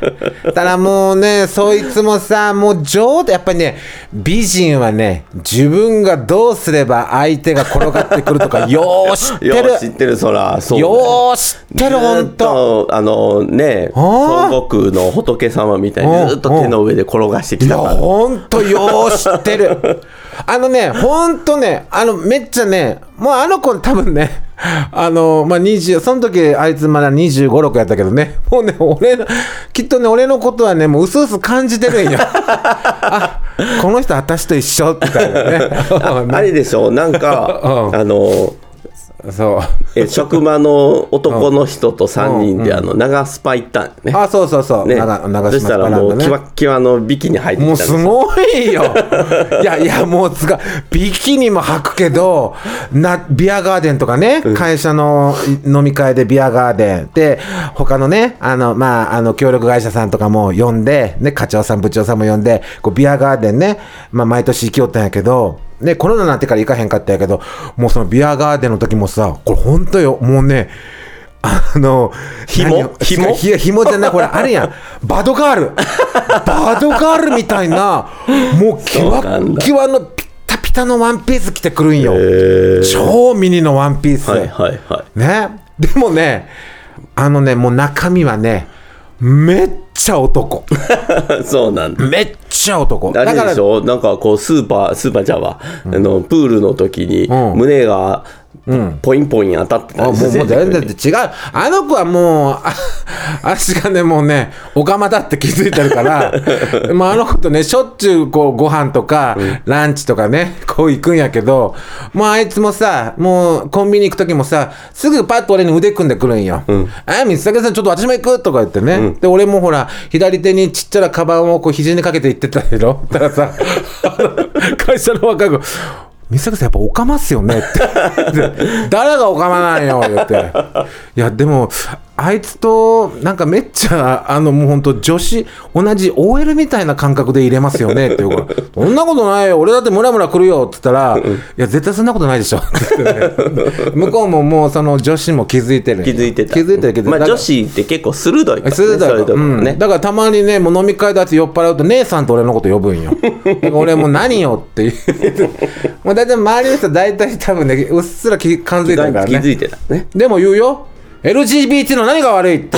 Speaker 3: たらもうねそいつもさもう上手やっぱりね美人はね自分がどうすれば相手が転がってくるとかよう知ってる
Speaker 1: (laughs) よう知ってるそらそうだ
Speaker 3: よ
Speaker 1: よ
Speaker 3: う知ってるほ
Speaker 1: ず
Speaker 3: ん
Speaker 1: っ
Speaker 3: と
Speaker 1: とあのね
Speaker 3: あー
Speaker 1: 孫悟空の仏様みたい
Speaker 3: うん
Speaker 1: にずっと手の上で転がしてき
Speaker 3: いや
Speaker 1: たから
Speaker 3: ほんとよう知ってる (laughs) あのねほんとねあのめっちゃねもうあの子多分ね (laughs) あのまあ20その時あいつまだ2 5 6やったけどねもうね俺のきっとね俺のことはねもううすうす感じてるんよ (laughs) あこの人私と一緒みたいなね (laughs)
Speaker 1: あれでしょなんかあの
Speaker 3: そう
Speaker 1: え職場の男の人と3人であの長スパ行ったんよね
Speaker 3: あそうそうそう、
Speaker 1: ね
Speaker 3: 長長
Speaker 1: そ
Speaker 3: 島
Speaker 1: し
Speaker 3: ス
Speaker 1: た
Speaker 3: パ
Speaker 1: ら
Speaker 3: ラン
Speaker 1: も
Speaker 3: ド
Speaker 1: うキ
Speaker 3: ね
Speaker 1: ワッキワのビキに入ってきた
Speaker 3: も
Speaker 1: ん
Speaker 3: う
Speaker 1: ですす
Speaker 3: ごいよいやいやもうつかビキニも履くけどなビアガーデンとかね、会社のい飲み会でビアガーデンで他のねあのまああの協力会社さんとかも呼んで、ね、課長さん部長さんも呼んでこうビアガーデンね、まあ、毎年行きよったんやけどね、コロナになってから行かへんかったんやけどもうそのビアガーデンの時もさこれほんとよもうねあの
Speaker 1: 紐
Speaker 3: 何を
Speaker 1: 紐
Speaker 3: ひ紐じゃないこれあるやんバドガールバドガールみたいなもうキ
Speaker 1: そ
Speaker 3: ワ
Speaker 1: うな
Speaker 3: ッ
Speaker 1: んだ
Speaker 3: キワのピッタピタのワンピース着てくるんよ、
Speaker 1: へー
Speaker 3: 超ミニのワンピース、
Speaker 1: はいはいは
Speaker 3: ねでもねあのねもう中身はねめっちゃ男
Speaker 1: いそうなんだ
Speaker 3: めっちゃ男
Speaker 1: あ
Speaker 3: だか
Speaker 1: れで
Speaker 3: ら
Speaker 1: しょなんかこうスーパースーパーじゃあわ、あのプールの時に
Speaker 3: うん
Speaker 1: 胸がポインポイン当たってた
Speaker 3: あ
Speaker 1: り
Speaker 3: もう
Speaker 1: して
Speaker 3: もう全然違うあの子はもうあ足がねもうねオカマだって気づいてるから (laughs) まああの子とねしょっちゅうこうご飯とか、ランチとかねこう行くんやけどもうあいつもさもうコンビニ行く時もさすぐパッと俺に腕組んでくるんよ「あ水崎さんちょっと私も行く」とか言ってね、で俺もほら左手にちっちゃなカバンをこう肘にかけて行ってたけど (laughs) だからさあの会社の若い子三崎さんやっぱオカマっす
Speaker 1: (laughs)
Speaker 3: よねって誰がオカマなんよ言っていやでもあいつとなんかめっちゃあのもうほんと女子同じ OL みたいな感覚で入れますよねっていうから「そんなことないよ俺だってムラムラ来るよ」っつったら「いや絶対そんなことないでしょ」って言ってね向こうももうその女子も気づいてる
Speaker 1: 気づいてた
Speaker 3: 気づいてるけど、
Speaker 1: まあ、
Speaker 3: だから
Speaker 1: 女子って結構鋭いからね
Speaker 3: 鋭い
Speaker 1: そういうところ
Speaker 3: うん、
Speaker 1: ね、
Speaker 3: だからたまにねもう飲み会だって酔っ払うと姉さんと俺のこと呼ぶんよだから俺もう何よって言う (laughs) もう大体周りの人大体多分ねうっすら気感づいてるから
Speaker 1: 気づ
Speaker 3: ね
Speaker 1: いてたね
Speaker 3: でも言うよ LGBT の何が悪
Speaker 1: (laughs)
Speaker 3: いって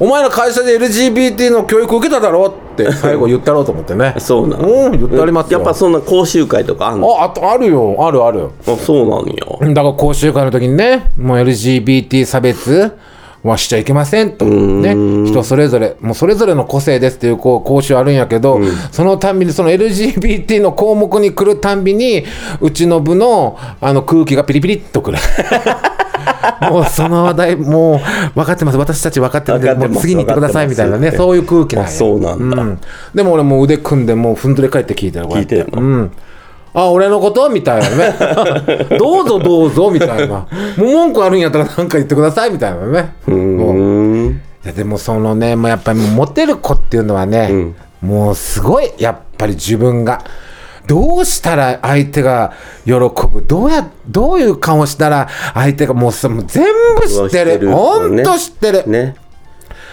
Speaker 3: お前ら会社で LGBT の教育受けただろって最後言ったろうと思ってね
Speaker 1: (laughs) そうなの
Speaker 3: うん言ってありますよ
Speaker 1: やっぱそんな講習会とかあんの
Speaker 3: ああとあるよあるある
Speaker 1: あそうなんよ
Speaker 3: だから講習会の時にね、もう LGBT 差別はしちゃいけませんと、ね、人それぞれ、もうそれぞれの個性ですっていうこう講習あるんやけど、そのたんびに、その LGBT の項目に来るたんびに、うちの部のあの空気がピリピリっと
Speaker 1: (laughs)
Speaker 3: くる。もうその話題、もう分かってます、私たち分かってるんで、
Speaker 1: 分か
Speaker 3: も
Speaker 1: ってます
Speaker 3: う次に行ってくださいみたいなね、
Speaker 1: 分かってます
Speaker 3: そういう空気なん
Speaker 1: あ
Speaker 3: や
Speaker 1: そうなんだ、
Speaker 3: うん、でも俺もう腕組んでもうふんどり返って聞いてるこう
Speaker 1: 聞
Speaker 3: や
Speaker 1: い
Speaker 3: って
Speaker 1: るの、
Speaker 3: うん、あ俺のことみたいな (laughs) ねどうぞどうぞみたいなもう文句あるんやったら何か言ってくださいみたいなねもう
Speaker 1: うん
Speaker 3: いやでもそのねもうやっぱりモテる子っていうのはね、もうすごいやっぱり自分がどうしたら相手が喜ぶどうやどういう顔したら相手がもうさもう全部知ってるほんと知ってる、
Speaker 1: (laughs) ね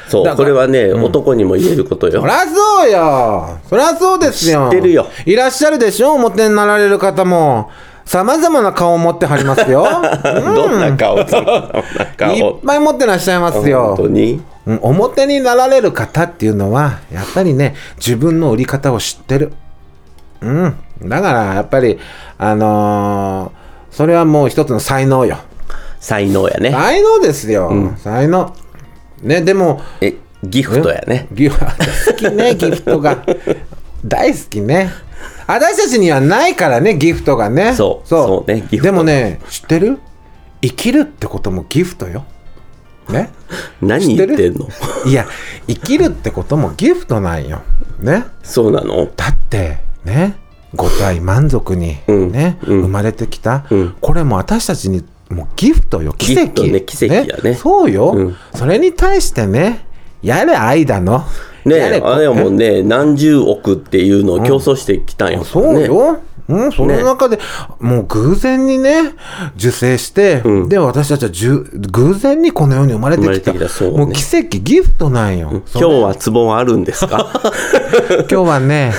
Speaker 1: そ
Speaker 3: だ
Speaker 1: う
Speaker 3: か
Speaker 1: こ
Speaker 3: ら
Speaker 1: れはね、男にも言えることよ
Speaker 3: そりゃそうよ。そりゃそうですよ。
Speaker 1: 知ってるよ
Speaker 3: いらっしゃるでしょ、おモテになられる方も。さまざまな顔を持ってはりま
Speaker 1: (laughs)
Speaker 3: すよ。
Speaker 1: (laughs) どんな顔さどんな顔
Speaker 3: いっぱい持ってらっしゃいます
Speaker 1: 本
Speaker 3: よ。
Speaker 1: 当に
Speaker 3: うん表になられる方っていうのは、やっぱりね、自分の売り方を知ってる。うん。だから、やっぱり、あのーそれはもう一つの才能よ。
Speaker 1: 才能やね
Speaker 3: 才能ですよ。才能。ね、でも、
Speaker 1: えギフトやね
Speaker 3: ギフ (laughs) 好きねギフトが大好きね私たちにはないからねギフトがね
Speaker 1: そうそうねギフト
Speaker 3: でもね知ってる生きるってこともギフトよね
Speaker 1: 何言ってんの
Speaker 3: いや生きるってこともギフトなんよね
Speaker 1: そうなの
Speaker 3: だってね五体満足に
Speaker 1: ん
Speaker 3: ね、
Speaker 1: うん
Speaker 3: 生まれてきた、
Speaker 1: ん
Speaker 3: これも私たちにもうギフトよ奇跡
Speaker 1: ギフトね奇跡だね
Speaker 3: そうよ、
Speaker 1: うん
Speaker 3: それに対してねやれ愛だの
Speaker 1: ね
Speaker 3: やれ
Speaker 1: えあれはもうね何十億っていうのを競争してきたんよ、
Speaker 3: そう
Speaker 1: ね
Speaker 3: よ、うん、その中で、もう偶然にね受精して、
Speaker 1: ん
Speaker 3: で私たちはじゅ偶然にこの世に生まれてき
Speaker 1: 生
Speaker 3: た
Speaker 1: まれてきたそうね
Speaker 3: もう奇跡ギフトなんよ、
Speaker 1: 今日はツボはあるんです
Speaker 3: (laughs)
Speaker 1: か
Speaker 3: 今日はね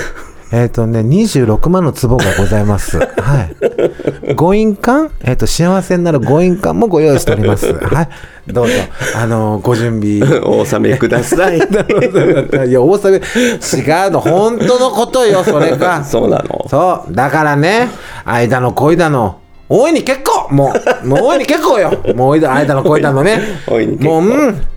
Speaker 3: えっ、とね26万の壺がございますはいご印鑑えっ、と幸せになるご印鑑もご用意しておりますはいどうぞあのご準備
Speaker 1: お納めくだ
Speaker 3: (laughs)
Speaker 1: さい
Speaker 3: いや大阪違うの本当のことよそれが
Speaker 1: そうなの
Speaker 3: そうだからね間の恋だの大いに結構もう、もう大いに結構よ。もう、あえたの超えたのね。
Speaker 1: 大いに結構
Speaker 3: もう、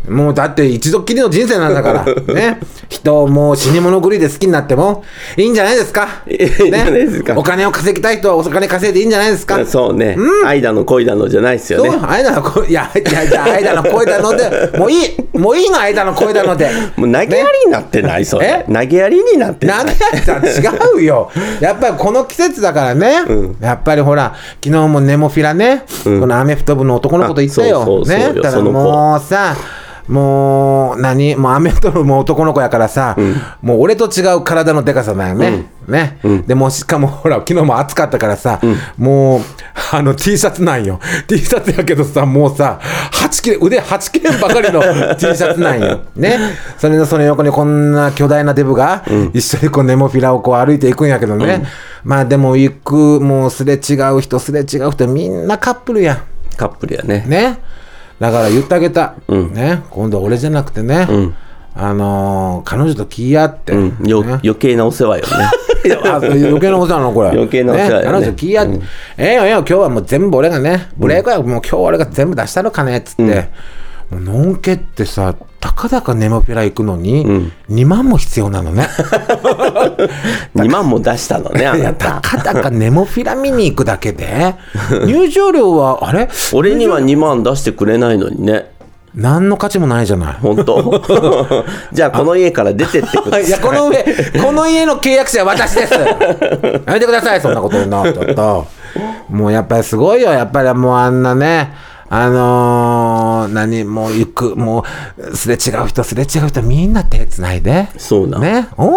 Speaker 3: うん。もう、だって一度きりの人生なんだから。ね。人をもう死に物狂いで好きになっても、いいんじゃないですか。
Speaker 1: (laughs) いいんじゃないですか
Speaker 3: ねお金を稼ぎたい人はお金稼いでいいんじゃないですか。
Speaker 1: そうね、愛だの恋だのじゃないですよ
Speaker 3: そう、
Speaker 1: ね
Speaker 3: あえたのこ、いや、いや、じゃあ、あえたの超えたので、もういい。もういいの、あえたの超えたので。
Speaker 1: もう投げやりになってない、それ
Speaker 3: え
Speaker 1: 投げやりになってな
Speaker 3: ないめた違うよ。やっぱりこの季節だからね。やっぱりほら、昨日もネモフィラね、このアメフト部の男のこと言った
Speaker 1: あ
Speaker 3: よ。
Speaker 1: そうそうそうよ
Speaker 3: ね。た
Speaker 1: そ
Speaker 3: だ
Speaker 1: の子
Speaker 3: もうさ、もう何もうアメフト部も男の子やからさ、もう俺と違う体のでかさだよね。ね。でもうしかもほら、昨日も暑かったからさ、もう、あの T シャツなんよ。T シャツやけどさ、もうさ、8切れ、腕8切れんばかり
Speaker 1: (laughs)
Speaker 3: の T シャツなんよ。ね。それのその横にこんな巨大なデブが、一緒にこうネモフィラをこう歩いていくんやけどね。まあでも行く、もうすれ違う人、すれ違う人、みんなカップルやん。
Speaker 1: カップルやね
Speaker 3: ね。だから言ってあげた。ね。今度は俺じゃなくてね。あのー彼女と気合って。
Speaker 1: うんよ余計なお世話よね
Speaker 3: (laughs) あ余計なことなのこれ
Speaker 1: 余計なお世話やね
Speaker 3: ね彼女聞いやって、ええよええよ今日はもう全部俺がねブレイクや、もう今日は俺が全部出したのかねっつって、もうのんけってさたかだかネモフィラ行くのに、2万も必要なのね (laughs)
Speaker 1: 2万も出したのねあ
Speaker 3: いや
Speaker 1: な
Speaker 3: た
Speaker 1: た
Speaker 3: かだかネモフィラ見に行くだけ
Speaker 1: (laughs)
Speaker 3: で入場料はあれ
Speaker 1: 俺には2万出してくれないのにね
Speaker 3: 何の価値もないじゃない
Speaker 1: 本
Speaker 3: (laughs)
Speaker 1: 当じゃあこの家から出てってください
Speaker 3: いや、この上、この家の契約者は私
Speaker 1: (laughs)
Speaker 3: です。やめてください、そんなことになちょっと。もうやっぱりすごいよ、やっぱりもうあんなね、あのー、何、もう行く、もう、すれ違う人、すれ違う人、みんな手つないで。
Speaker 1: そうなん
Speaker 3: ね。おう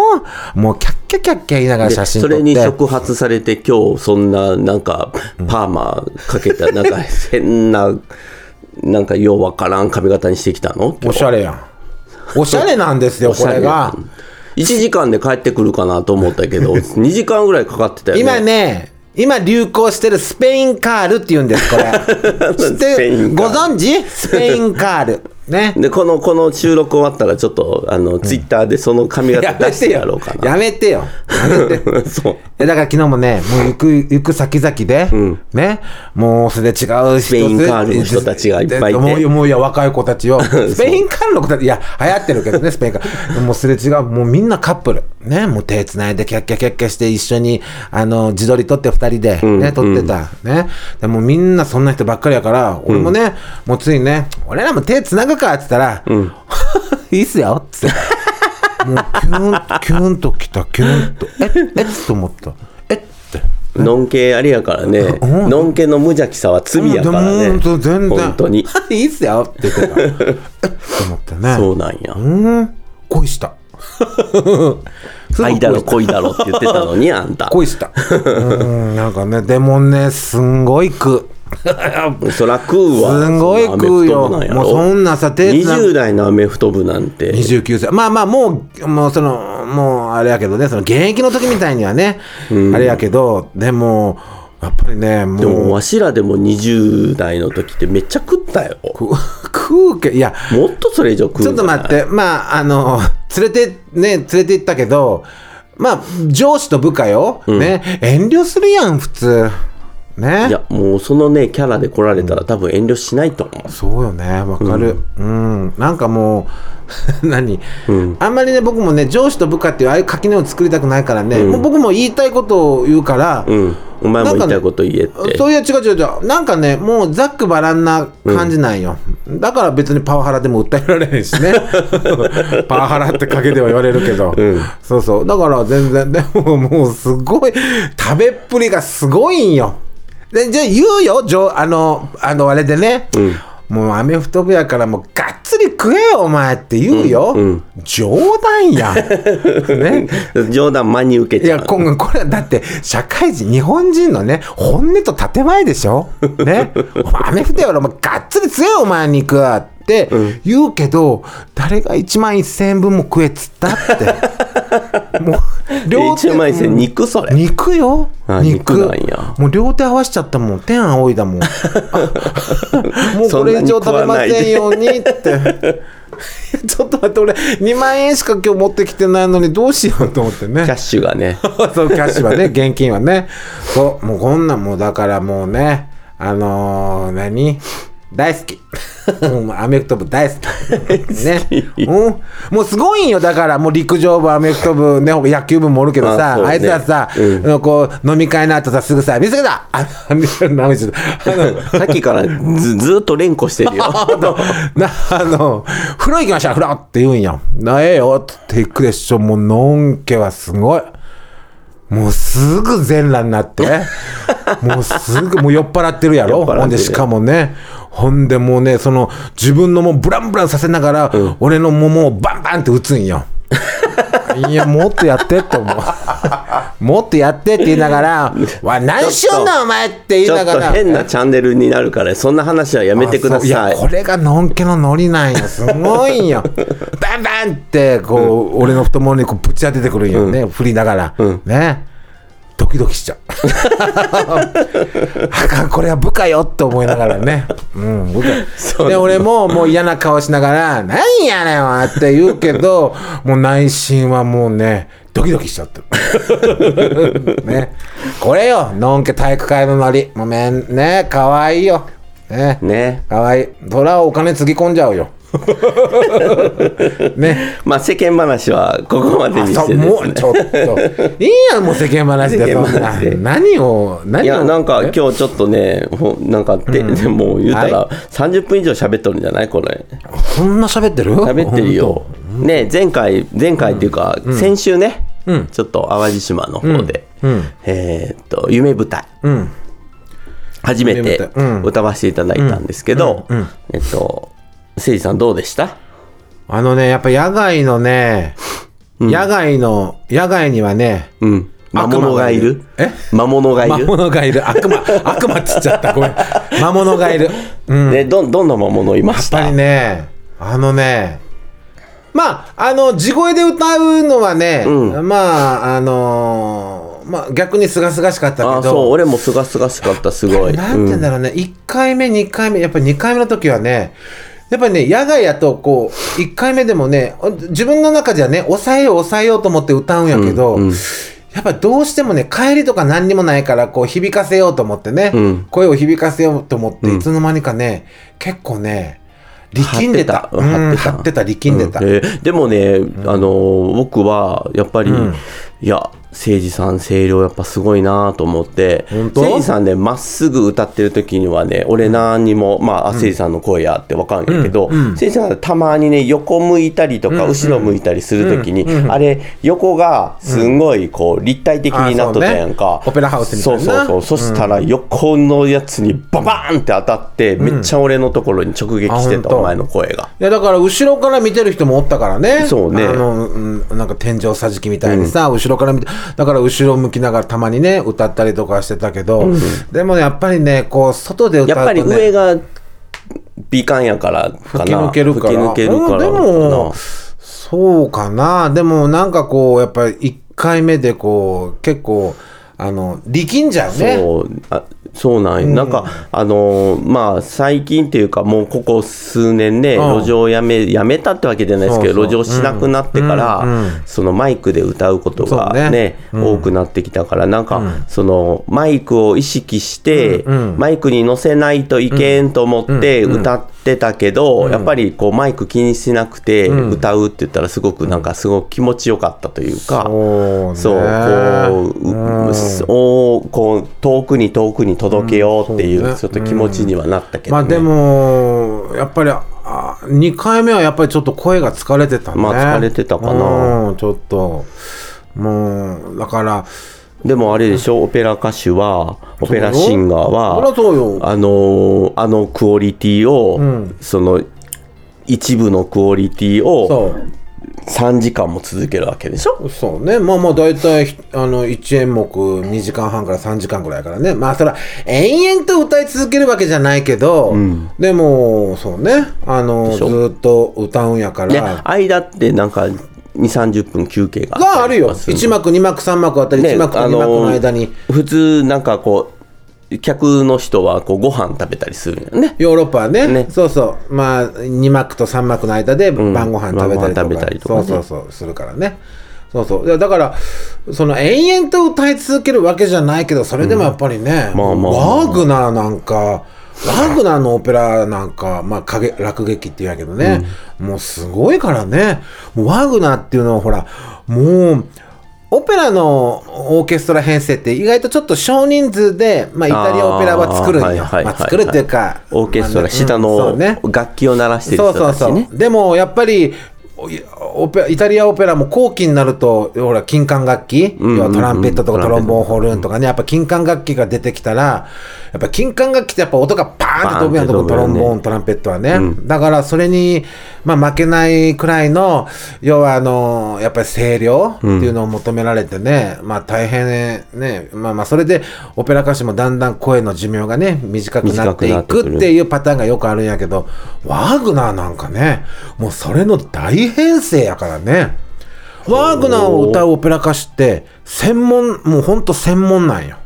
Speaker 3: もう、キャッキャキャッキャ言いながら
Speaker 1: で
Speaker 3: 写真撮
Speaker 1: そ
Speaker 3: っ
Speaker 1: れ
Speaker 3: て。
Speaker 1: に触発されて今日そんななんかパーマかけ
Speaker 3: (laughs)
Speaker 1: たなんか変ななんかようわからん髪型にしてきたの今
Speaker 3: お
Speaker 1: 日
Speaker 3: しゃれやん。おしゃれなんですよ、これが。
Speaker 1: 1時間で帰ってくるかなと思ったけど2時間ぐらいかかってたよね
Speaker 3: 今ね、今流行してるスペインカールって言うんです、これ。知っ
Speaker 1: (laughs)
Speaker 3: て
Speaker 1: スペインカ
Speaker 3: ご
Speaker 1: ール
Speaker 3: 存知スペインカール。ね。
Speaker 1: でこのこの収録終わったらちょっとあの、ツイッターでその髪型
Speaker 3: やめ
Speaker 1: 出しててやろ
Speaker 3: よ
Speaker 1: うか。な
Speaker 3: やめてよ。
Speaker 1: (laughs) そう
Speaker 3: えだから昨日もね、もう行く、行く先々で、ね、もうそれで違う人ス
Speaker 1: ペインカールの人たちがいっぱいいて
Speaker 3: もう、もういや、若い子たちを、スペインカールの子たち、いや、流行ってるけどね、スペインカール。でももうすれ違う、もうみんなカップル。ね、もう手つないで、キャッキャキャッキャして、一緒に、あの、自撮り撮って二人で、ね、撮ってた。ね。でもみんなそんな人ばっかりやから、俺もね、もうついね、俺らも手つなぐか、って言ったら、いいっすよ、つって。もうキュン、キュンときた、キュンと。え、えっと思った。えっって。
Speaker 1: のんけあれやからね、
Speaker 3: ん
Speaker 1: のんけの無邪気さは罪やからね、
Speaker 3: でも本当全然。
Speaker 1: 本当に
Speaker 3: いいっすよって言ってた。えっと思ったね。
Speaker 1: そうなんや、
Speaker 3: うん。恋
Speaker 1: (laughs)
Speaker 3: した。
Speaker 1: 愛だろ恋だろって言ってたのにあんた
Speaker 3: 恋した。うん、なんかね、でもね、すんごい食う。
Speaker 1: そら食うわ
Speaker 3: すんごい
Speaker 1: そんな
Speaker 3: 食うよ。
Speaker 1: アメフト部なんやろ
Speaker 3: もうそんなさ、手つな
Speaker 1: 20代のアメフト部なんて
Speaker 3: 29歳。まあまあ、もう、もうその、もうあれやけどね、その現役の時みたいにはね、あれやけど、でも、やっぱりね、もう。
Speaker 1: でもわしらでも20代の時ってめっちゃ食ったよ
Speaker 3: 食う (laughs) 食うけ、いや、
Speaker 1: もっとそれ以上食う
Speaker 3: ちょっと待ってて、まあ、あの、連れて、ね、連れて行ったけど、まあ、上司と部下よ、ね、遠慮するやん、普通。ね。
Speaker 1: いやもうそのねキャラで来られたら多分遠慮しないと思う
Speaker 3: そうよね、わかる。うん、なんかもう、 (laughs) 何、あんまりね、僕もね、上司と部下っていう、ああいう垣根を作りたくないからね、もう僕も言いたいことを言うから、
Speaker 1: うんお前も言いたいこと言えって
Speaker 3: そういや違う違う違うなんかねもうざっくばらんな感じなんよ、だから別にパワハラでも訴えられへん (laughs) しねパワハラって陰では言われるけど、そうそうだから全然でももうすごい食べっぷりがすごいんよでじゃあ言うよじょあのあのあれでね、もうアメフト部やからもうがっつり食えよお前って言うよ、冗談やんね
Speaker 1: 冗談真に受け
Speaker 3: い
Speaker 1: ちゃ
Speaker 3: や、
Speaker 1: う
Speaker 3: 今後、これはだって、社会人、日本人のね、本音と建前で
Speaker 1: (laughs)
Speaker 3: しょね。お前、アメフトやろ、お前、がっつり強いよお前、肉は。って言うけど、誰が1万1000円分も食えっつったって。
Speaker 1: (laughs)
Speaker 3: もう、
Speaker 1: で一枚
Speaker 3: う
Speaker 1: 線
Speaker 3: ん
Speaker 1: 肉それ
Speaker 3: 肉よ
Speaker 1: あ
Speaker 3: 肉
Speaker 1: 肉なんや
Speaker 3: もう両手合わしちゃったもん天仰いだも
Speaker 1: (laughs)
Speaker 3: んもうこれ以上食べませんようにってちょっと待って俺2万円しか今日持ってきてないのにどうしようと思ってね
Speaker 1: キャッシュがね (laughs)
Speaker 3: そう、キャッシュはね、現金はね。そう、もうこんなんもうだからもうね、あのー、何大
Speaker 1: (laughs)
Speaker 3: 好き。うんアメフト部大好き。ね。うん。もうすごいんよ。だから、もう陸上部、アメフト部、ね、野球部もおるけど
Speaker 1: あ
Speaker 3: さ、
Speaker 1: そう
Speaker 3: あ,、
Speaker 1: ね
Speaker 3: いつらさ、
Speaker 1: うん
Speaker 3: あのこう、飲み会の後さ、すぐさ、見つけたあ、見つけた、舐めちゃった。あの、
Speaker 1: さっきから
Speaker 3: (laughs)
Speaker 1: ずずーっと連呼してるよ。
Speaker 3: な、あの、風呂行きました、風呂って言うんやん。なええよって行くでしょ。もう、のんけはすごい。もうすぐ全裸にな
Speaker 1: (laughs)
Speaker 3: って、もうすぐ、もう酔っ払ってるやろ。
Speaker 1: 酔っ払ってる
Speaker 3: ほんで、しかもね、ほんでもうね、その、自分のもうブランブランさせながら、俺の桃をバンバンって打つん
Speaker 1: (laughs)
Speaker 3: よ。いや、もっとやってって思う。もっとやってって言いながら、わ、何しよんな、お前 (laughs) って言い
Speaker 1: ちょ
Speaker 3: な
Speaker 1: っ
Speaker 3: が
Speaker 1: と
Speaker 3: ら。
Speaker 1: 変なチャンネルになるから、そんな話はやめてくだ
Speaker 3: あ
Speaker 1: さ
Speaker 3: そう
Speaker 1: い。
Speaker 3: やこれがのんけのノリなんよすごい
Speaker 1: (laughs)
Speaker 3: んよバンバンってこう、俺の太ももにこうぶち当ててくるんよね、振りながら、ねドキドキ
Speaker 1: (laughs)
Speaker 3: しちゃうあかんこれは部下よって思いながらね、うん、部下で俺ももう嫌な顔しながら「何やねんわ」って言うけどもう内心はもうねドキドキしちゃって
Speaker 1: (laughs)
Speaker 3: るねこれよのんけ体育会のノリもうめんね可愛いよね
Speaker 1: ね。
Speaker 3: かわいい。そらお金つぎ込んじゃ
Speaker 1: (laughs)
Speaker 3: うよ。ね。
Speaker 1: まあ世間話はここまでにし
Speaker 3: そ
Speaker 1: て
Speaker 3: う、
Speaker 1: で
Speaker 3: も
Speaker 1: す
Speaker 3: う
Speaker 1: ね
Speaker 3: ち。ょっと。いいやん、もう世間話で。
Speaker 1: 世
Speaker 3: そ
Speaker 1: 間
Speaker 3: んな
Speaker 1: 話で
Speaker 3: 何を、何を。
Speaker 1: いやなんか
Speaker 3: え
Speaker 1: 今日ちょっとね、ほんなんかで、でもう言うたら
Speaker 3: は
Speaker 1: 30分以上喋っとるんじゃないこれ。
Speaker 3: そんな喋ってる
Speaker 1: 喋ってるよ。ね前回前回っていうか、先週ね、ちょっと淡路島の方で、えーっと夢舞台、初めて
Speaker 3: 夢舞台うん
Speaker 1: 歌わせていただいたんですけど、えっと誠治さんどうでした？
Speaker 3: あのね、やっぱ野外のね、野外の、野外にはね、
Speaker 1: うん。魔
Speaker 3: 悪魔が
Speaker 1: 物がいる
Speaker 3: いる
Speaker 1: 魔物がい
Speaker 3: 魔
Speaker 1: る、
Speaker 3: 物がいる。悪魔、悪魔って言っちゃった。ごめん。魔物がいる。うん。
Speaker 1: ね、どんどんな魔物いまし
Speaker 3: やっぱ
Speaker 1: た
Speaker 3: りねあのねまああの地声で歌うのはね、
Speaker 1: う
Speaker 3: まああのーまあ逆にすがすがしかったけど
Speaker 1: あそう俺もすがすがしかったすごい
Speaker 3: なんて言うんだろうね、1回目、2回目、やっぱり2回目の時はね、やっぱりね、野外やと、こう、1回目でもね、自分の中じゃね、抑えよう、抑えようと思って歌うんやけど、やっぱどうしてもね、帰りとか何にもないから、こう、響かせようと思ってね、
Speaker 1: ん
Speaker 3: 声を響かせようと思って、いつの間にかね、結構ね、力んでた。
Speaker 1: 張ってた
Speaker 3: うん
Speaker 1: 張
Speaker 3: 張
Speaker 1: っ
Speaker 3: っててた、力んでた。
Speaker 1: えーでもね、あのー僕はやっぱり、いや誠司さん声量やっぱすごいなと思って
Speaker 3: 本当
Speaker 1: 誠司さんねまっすぐ歌ってる時にはね俺何にもまああ誠司さんの声やって分かるんやけど誠司、さんがたまにね横向いたりとか、後ろ向いたりする時に、あれ横がすんごいこう立体的になっとったやんか、
Speaker 3: あそうねオペラハウスみたいな
Speaker 1: そうそうそうそしたら横のやつにババーンって当たって、めっちゃ俺のところに直撃して
Speaker 3: あ本
Speaker 1: た
Speaker 3: 当
Speaker 1: お前の声が。
Speaker 3: いやだから後ろから見てる人もおったからね。
Speaker 1: そうね
Speaker 3: あの、うん、なんか天井さじきみたいにさ、後ろから見て、だから後ろ向きながらたまにね、歌ったりとかしてたけど、でもね、やっぱりね、こう、外で歌うと、ね、
Speaker 1: やっぱり上が美観やからかな
Speaker 3: 吹き抜けるから。
Speaker 1: 吹き抜けるから
Speaker 3: うんでも、そうかな。でもなんかこう、やっぱり1回目でこう、結構、あの、力んじゃうね。
Speaker 1: そうあそうなんや、なんかあのーまあ最近っていうかもうここ数年ね、
Speaker 3: うん
Speaker 1: 路上をやめやめたってわけじゃないですけど
Speaker 3: そうそう
Speaker 1: 路上しなくなってから、そのマイクで歌うことが
Speaker 3: そう
Speaker 1: ね
Speaker 3: ね
Speaker 1: 多くなってきたからなんか、そのマイクを意識して、マイクに乗せないといけんと思って歌ってたけど、やっぱりこうマイク気にしなくて歌うって言ったらすごくなんかすごく気持ちよかったというか。
Speaker 3: そうね
Speaker 1: そうこううおーこう遠くに遠くに届けようっていう,、
Speaker 3: うん
Speaker 1: ち
Speaker 3: そ
Speaker 1: ょっと気持ちにはなったけど、ね
Speaker 3: まあでも、やっぱり、あ2回目はやっぱりちょっと声が疲れてたね。
Speaker 1: まあ疲れてたかな
Speaker 3: うん、ちょっと。もう、だから、
Speaker 1: でもあれでしょオペラ歌手はオペラシンガー
Speaker 3: そりゃ
Speaker 1: は
Speaker 3: そうよ。
Speaker 1: あのーあのクオリティを、その一部のクオリティを
Speaker 3: そ
Speaker 1: 3時間も続けるわけでしょ
Speaker 3: う。そうね。まあまあ大体、ひあの、1演目2時間半から3時間ぐらいからね。まあそら、延々と歌い続けるわけじゃないけど、でも、そうね。あの、ず
Speaker 1: しょ
Speaker 3: ーっと歌うんやか
Speaker 1: で
Speaker 3: ら。
Speaker 1: 間ってなんか2 3 0分休憩が
Speaker 3: があ
Speaker 1: った
Speaker 3: る
Speaker 1: りと
Speaker 3: よ。
Speaker 1: かするの
Speaker 3: 1幕、2幕、3幕あったり、
Speaker 1: ね
Speaker 3: 1幕と2幕の間に。
Speaker 1: あの普通なんかこう客の人はこうご飯食べたりするんやね
Speaker 3: ヨーロッパはね
Speaker 1: ね
Speaker 3: そうそうまあ2幕と3幕の間で晩ご飯食べたりとか,、
Speaker 1: 晩ご飯食べたりとかね
Speaker 3: そうそうそうするからねそうそういやだからその延々と歌い続けるわけじゃないけどそれでもやっぱりね、
Speaker 1: まあまあ
Speaker 3: ワーグナーなんかワーグナーのオペラなんか、まあ、影落劇って言うんやけどね、もうすごいからねもうワーグナーっていうのはほらもうオペラのオーケストラ編成って意外とちょっと少人数で、まあ、イタリアオペラは作るんよ
Speaker 1: あーはいはいはい
Speaker 3: まあ、作るっていうか
Speaker 1: オーケスト
Speaker 3: まあ
Speaker 1: ラ
Speaker 3: ね
Speaker 1: 下
Speaker 3: うんそう
Speaker 1: の
Speaker 3: ね
Speaker 1: 楽器を鳴らしてる
Speaker 3: そう
Speaker 1: 人
Speaker 3: そう
Speaker 1: たち
Speaker 3: そ
Speaker 1: ね
Speaker 3: うでもやっぱりおいオペイタリアオペラも後期になるとほら金管楽器、
Speaker 1: んうん
Speaker 3: 要はトランペットとか
Speaker 1: ト
Speaker 3: ト
Speaker 1: ラ
Speaker 3: ロ
Speaker 1: ンペット
Speaker 3: ンボーンホルンとかねやっぱ金管楽器が出てきたらやっぱ金管楽器ってやっぱ音がパーンって飛ぶようなとこ
Speaker 1: パ
Speaker 3: ト
Speaker 1: ーン
Speaker 3: ロ
Speaker 1: って飛
Speaker 3: ン
Speaker 1: ぶよね
Speaker 3: ボーントランペットはね、だからそれに、まあ、負けないくらいの要はあのやっぱり声量っていうのを求められてね、まあ大変ねまあまあそれでオペラ歌手もだんだん声の寿命がね短くなってい
Speaker 1: 短くなってく
Speaker 3: く
Speaker 1: る
Speaker 3: っていうパターンがよくあるんやけどワーグナーなんかねもうそれの大編成やからねワーグナーを歌うオペラ歌手って専門もうほんと専門なんよ、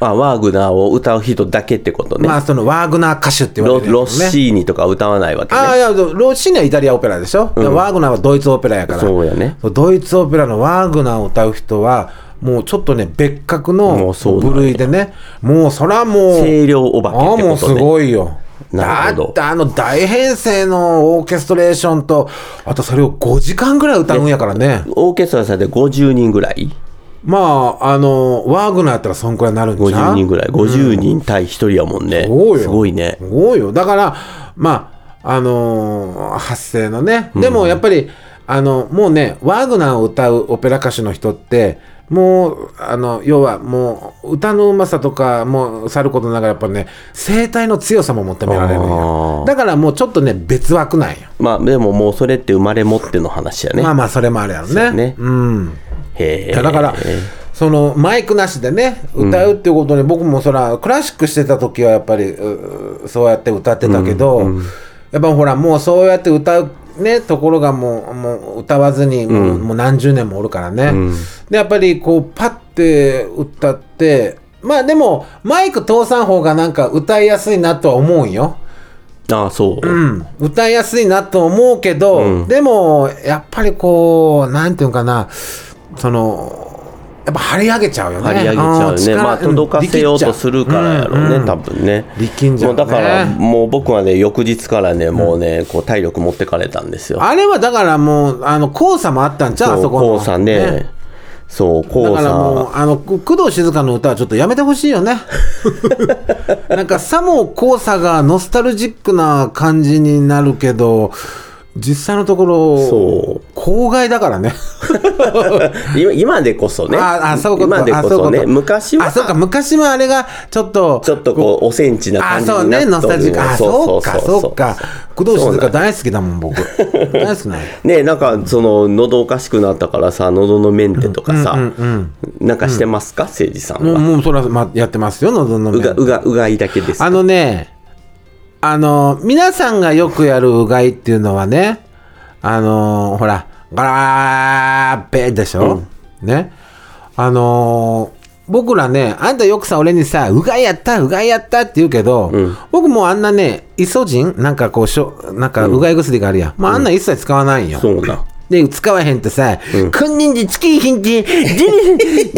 Speaker 1: あワーグナーを歌う人だけってことね、
Speaker 3: まあそのワーグナー歌手って言わ
Speaker 1: ロ
Speaker 3: れてる
Speaker 1: ロ
Speaker 3: も
Speaker 1: ッ
Speaker 3: んね
Speaker 1: シーニとか歌わないわけね
Speaker 3: ああいやロッシーニはイタリアオペラでしょ、ワーグナーはドイツオペラやから
Speaker 1: そうやね
Speaker 3: ドイツオペラのワーグナーを歌う人はもうちょっとね別格
Speaker 1: も
Speaker 3: の
Speaker 1: うそうなんや
Speaker 3: 部類でねもうそらもう
Speaker 1: 清涼お
Speaker 3: あ
Speaker 1: 化けっ
Speaker 3: あ
Speaker 1: て
Speaker 3: も
Speaker 1: こ
Speaker 3: うす
Speaker 1: とね
Speaker 3: ごいよ
Speaker 1: なるほど
Speaker 3: だってあの大編成のオーケストレーションとあとそれを5時間ぐらい歌うんやからね
Speaker 1: オーケストラさんで50人ぐらい
Speaker 3: まああのワーグナーやったらそんくらいになるんじゃ
Speaker 1: 50
Speaker 3: ん
Speaker 1: 人ぐらい50人対1人やもんね、
Speaker 3: そうよ
Speaker 1: すごいね
Speaker 3: すごいよだからまああのー発声のねでもやっぱり、あのもうねワーグナーを歌うオペラ歌手の人ってもうあの要はもう歌のうまさとかもうさることながらやっぱね声帯の強さも求められるん
Speaker 1: あ
Speaker 3: よ
Speaker 1: ー
Speaker 3: だからもうちょっとね別枠なんよ
Speaker 1: まあでももうそれって生まれ持っての話やね、
Speaker 3: まあまあそれもあるやろね
Speaker 1: うね
Speaker 3: うん
Speaker 1: へえ
Speaker 3: いやだから、そのマイクなしでね歌うっていうことに、僕もそらクラシックしてた時はやっぱりうそうやって歌ってたけど、やっぱほらもうそうやって歌うねところがもうもう歌わずにもう,、もう何十年もおるからね、でやっぱりこうパッて歌ってまあでもマイク通さん方がなんか歌いやすいなとは思うんよ。
Speaker 1: ああそう、
Speaker 3: うん、歌いやすいなと思うけど、でもやっぱりこうなんていうんかなそのやっぱ張り上げちゃうよね
Speaker 1: 張り上げちゃう
Speaker 3: あー
Speaker 1: ね
Speaker 3: 力
Speaker 1: まあ届かせようとするからやろうね、
Speaker 3: うん
Speaker 1: 多分ね
Speaker 3: 力んじゃうね
Speaker 1: もうだからもう僕はね翌日からねもうねこう体力持ってかれたんですよ
Speaker 3: あれはだからもうあの黄砂もあったんちゃうあそこの
Speaker 1: こう黄砂ねそう黄
Speaker 3: だ
Speaker 1: 砂
Speaker 3: からもうあのく工藤静香の歌はちょっとやめてほしいよ
Speaker 1: (laughs)
Speaker 3: ねなんかさも黄砂がノスタルジックな感じになるけど実際のとこ
Speaker 1: そ
Speaker 3: ろ
Speaker 1: う
Speaker 3: 公害だからね
Speaker 1: 今今でこそね
Speaker 3: ああそういうこと
Speaker 1: 今でこそ
Speaker 3: あうい
Speaker 1: ね
Speaker 3: うと
Speaker 1: 昔は
Speaker 3: あそうか昔はあれがちょっと
Speaker 1: ちょっとこうおセンチな
Speaker 3: あ
Speaker 1: 感じ
Speaker 3: そう
Speaker 1: になっと
Speaker 3: ね
Speaker 1: る
Speaker 3: ノスタルジックあそうかそうか工藤
Speaker 1: そう
Speaker 3: 静
Speaker 1: な
Speaker 3: 香
Speaker 1: ん
Speaker 3: 大好きだもん僕大好きなの
Speaker 1: ねなんかその喉おかしくなったからさ喉のメンテとかさ、なんかしてますか誠治さん
Speaker 3: もう
Speaker 1: は、
Speaker 3: もうそれは、ま、やってますよ喉の
Speaker 1: う
Speaker 3: 目
Speaker 1: がうがうがいだけですか
Speaker 3: あのねあの皆さんがよくやるうがいっていうのはねあのほらガラーペーでしょ、ねあの僕らねあんたよくさ俺にさうがいやったうがいやったって言うけど、僕もうあんなねイソジンなんかこうしょなんかうがい薬があるやん、まああんなん一切使わないんよ、
Speaker 1: そう
Speaker 3: (laughs)
Speaker 1: な
Speaker 3: で、使わへんとさ、こんなんでつけへんて、で、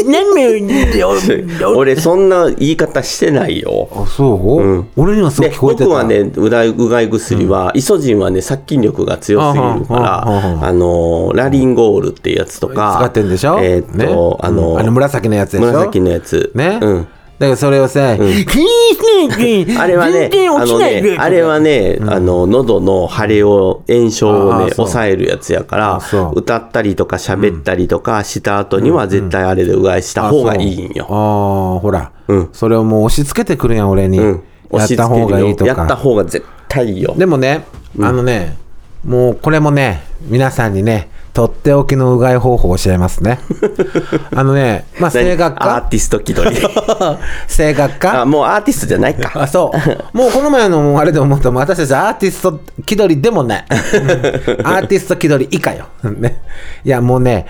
Speaker 3: 何 (laughs) も、
Speaker 1: 俺そんな言い方してないよ
Speaker 3: あ、そう、俺にはそう
Speaker 1: で
Speaker 3: 聞こえてた。
Speaker 1: 僕はねうがいうがい薬は、イソジンはね殺菌力が強すぎるか
Speaker 3: あはんは
Speaker 1: ら
Speaker 3: んはんはん
Speaker 1: あのラリンゴールっていうやつとか
Speaker 3: 使ってんでしょ
Speaker 1: えーっ
Speaker 3: ね
Speaker 1: と、あの
Speaker 3: うんあの紫のやつでしょ
Speaker 1: 紫のやつ
Speaker 3: ね、
Speaker 1: う
Speaker 3: だ
Speaker 1: ん
Speaker 3: からそれをさ、気にしないで
Speaker 1: あれはね
Speaker 3: 全、然
Speaker 1: あ
Speaker 3: 落ち
Speaker 1: の
Speaker 3: ない
Speaker 1: ね
Speaker 3: で、
Speaker 1: あれはね、あの、喉の腫れを、炎症を
Speaker 3: あ
Speaker 1: ね、
Speaker 3: ーそう
Speaker 1: 抑えるやつやか
Speaker 3: あ
Speaker 1: ら
Speaker 3: そ、う
Speaker 1: 歌ったりとか喋ったりとかした後には絶対あれでうがいした方がいいん
Speaker 3: あ
Speaker 1: よ。
Speaker 3: あ、ほら、それをもう押し付けてくるやん、俺に。
Speaker 1: うん。
Speaker 3: や
Speaker 1: 押
Speaker 3: っ
Speaker 1: し付
Speaker 3: た
Speaker 1: け
Speaker 3: 方が
Speaker 1: る
Speaker 3: い
Speaker 1: よ
Speaker 3: いと。
Speaker 1: やった
Speaker 3: か。
Speaker 1: 方が絶対いいよ。
Speaker 3: でもね、あのね、もうこれもね、皆さんにね、とっておきのうがい方法を教えま
Speaker 1: (laughs)
Speaker 3: すね。あのね、まあ、
Speaker 1: 何
Speaker 3: 声楽
Speaker 1: アー
Speaker 3: 家
Speaker 1: ティスト気取り。
Speaker 3: 声楽家
Speaker 1: あ、もうアーティストじゃない
Speaker 3: あ
Speaker 1: か。
Speaker 3: (laughs) そうもうこの前のあれで思ったもん私たちアーティスト気取りでもない、うんアーティスト気取り以下よ、ね、いやもうね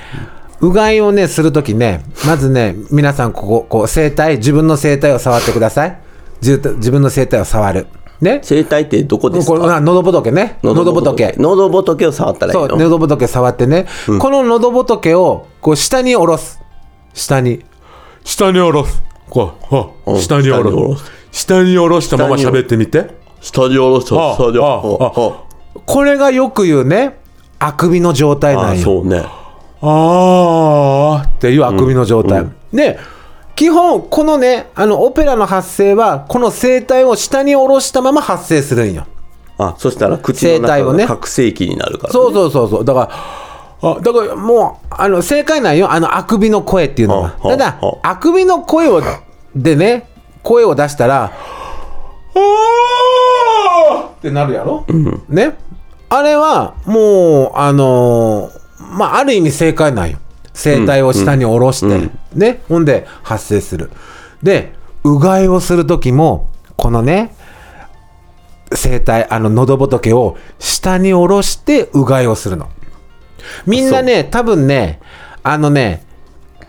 Speaker 3: うがいをねするときねまずね皆さんこここう声帯自分の声帯を触ってください自自分の声帯を触るね
Speaker 1: 生体ってどこです
Speaker 3: これ
Speaker 1: か
Speaker 3: あ喉仏ね喉仏
Speaker 1: 喉仏を触ったらいい
Speaker 3: そう
Speaker 1: の
Speaker 3: 喉仏触ってね、この喉仏をこう下に下ろす下に
Speaker 2: 下に下ろすこうほ
Speaker 1: う
Speaker 2: うん下に下ろす下に下ろしたまま喋ってみて
Speaker 1: スタジオロスト
Speaker 2: あ
Speaker 1: スタジオ
Speaker 2: ああ
Speaker 1: あ
Speaker 3: これがよく言うねあくびの状態
Speaker 1: あ
Speaker 3: な
Speaker 1: あ
Speaker 3: んよ
Speaker 1: そうね
Speaker 2: あ
Speaker 3: っていうあくびの状態、で基本このねあのオペラの発声はこの声帯を下に下ろしたまま発声するんよ
Speaker 1: あそしたら口の
Speaker 3: 声帯
Speaker 1: 中
Speaker 3: をね
Speaker 1: が拡声器になるからね
Speaker 3: そうそうそうそうだからあだからもうあの正解なんよあのあくびの声っていうのは
Speaker 1: はあ
Speaker 3: ただ
Speaker 1: は
Speaker 3: あくびの声をでね声を出したらってなるやろ、ねあれはもうあのーまあある意味正解なんよ声帯を下に下ろして、ねほんで発生するでうがいをする時もこのね声帯あの喉仏を下に下ろしてうがいをするのみんなね多分ねあのね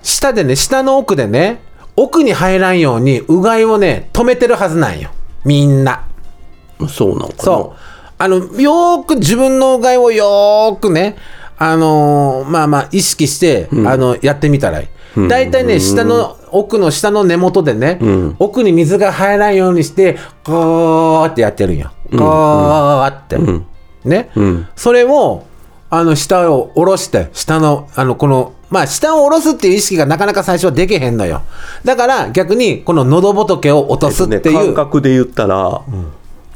Speaker 3: 下でね下の奥でね奥に入らんようにうがいをね止めてるはずなんよみんな
Speaker 1: そうなんか
Speaker 3: そう
Speaker 1: な。
Speaker 3: あの、よーく自分のうがいをよーくね、あのーまあまあ意識して、あの、やってみたらいい。大体ね、下の、奥の下の根元でね、奥に水が入らんようにして、こーってやってるんよ。こーって。ね、それを、あの、下を下ろして、下の、あの、この、まあ、下を下ろすっていう意識がなかなか最初はできへんのよ。だから、逆に、この喉仏を落とすってい
Speaker 1: 感
Speaker 3: う。
Speaker 1: 覚で言ったら、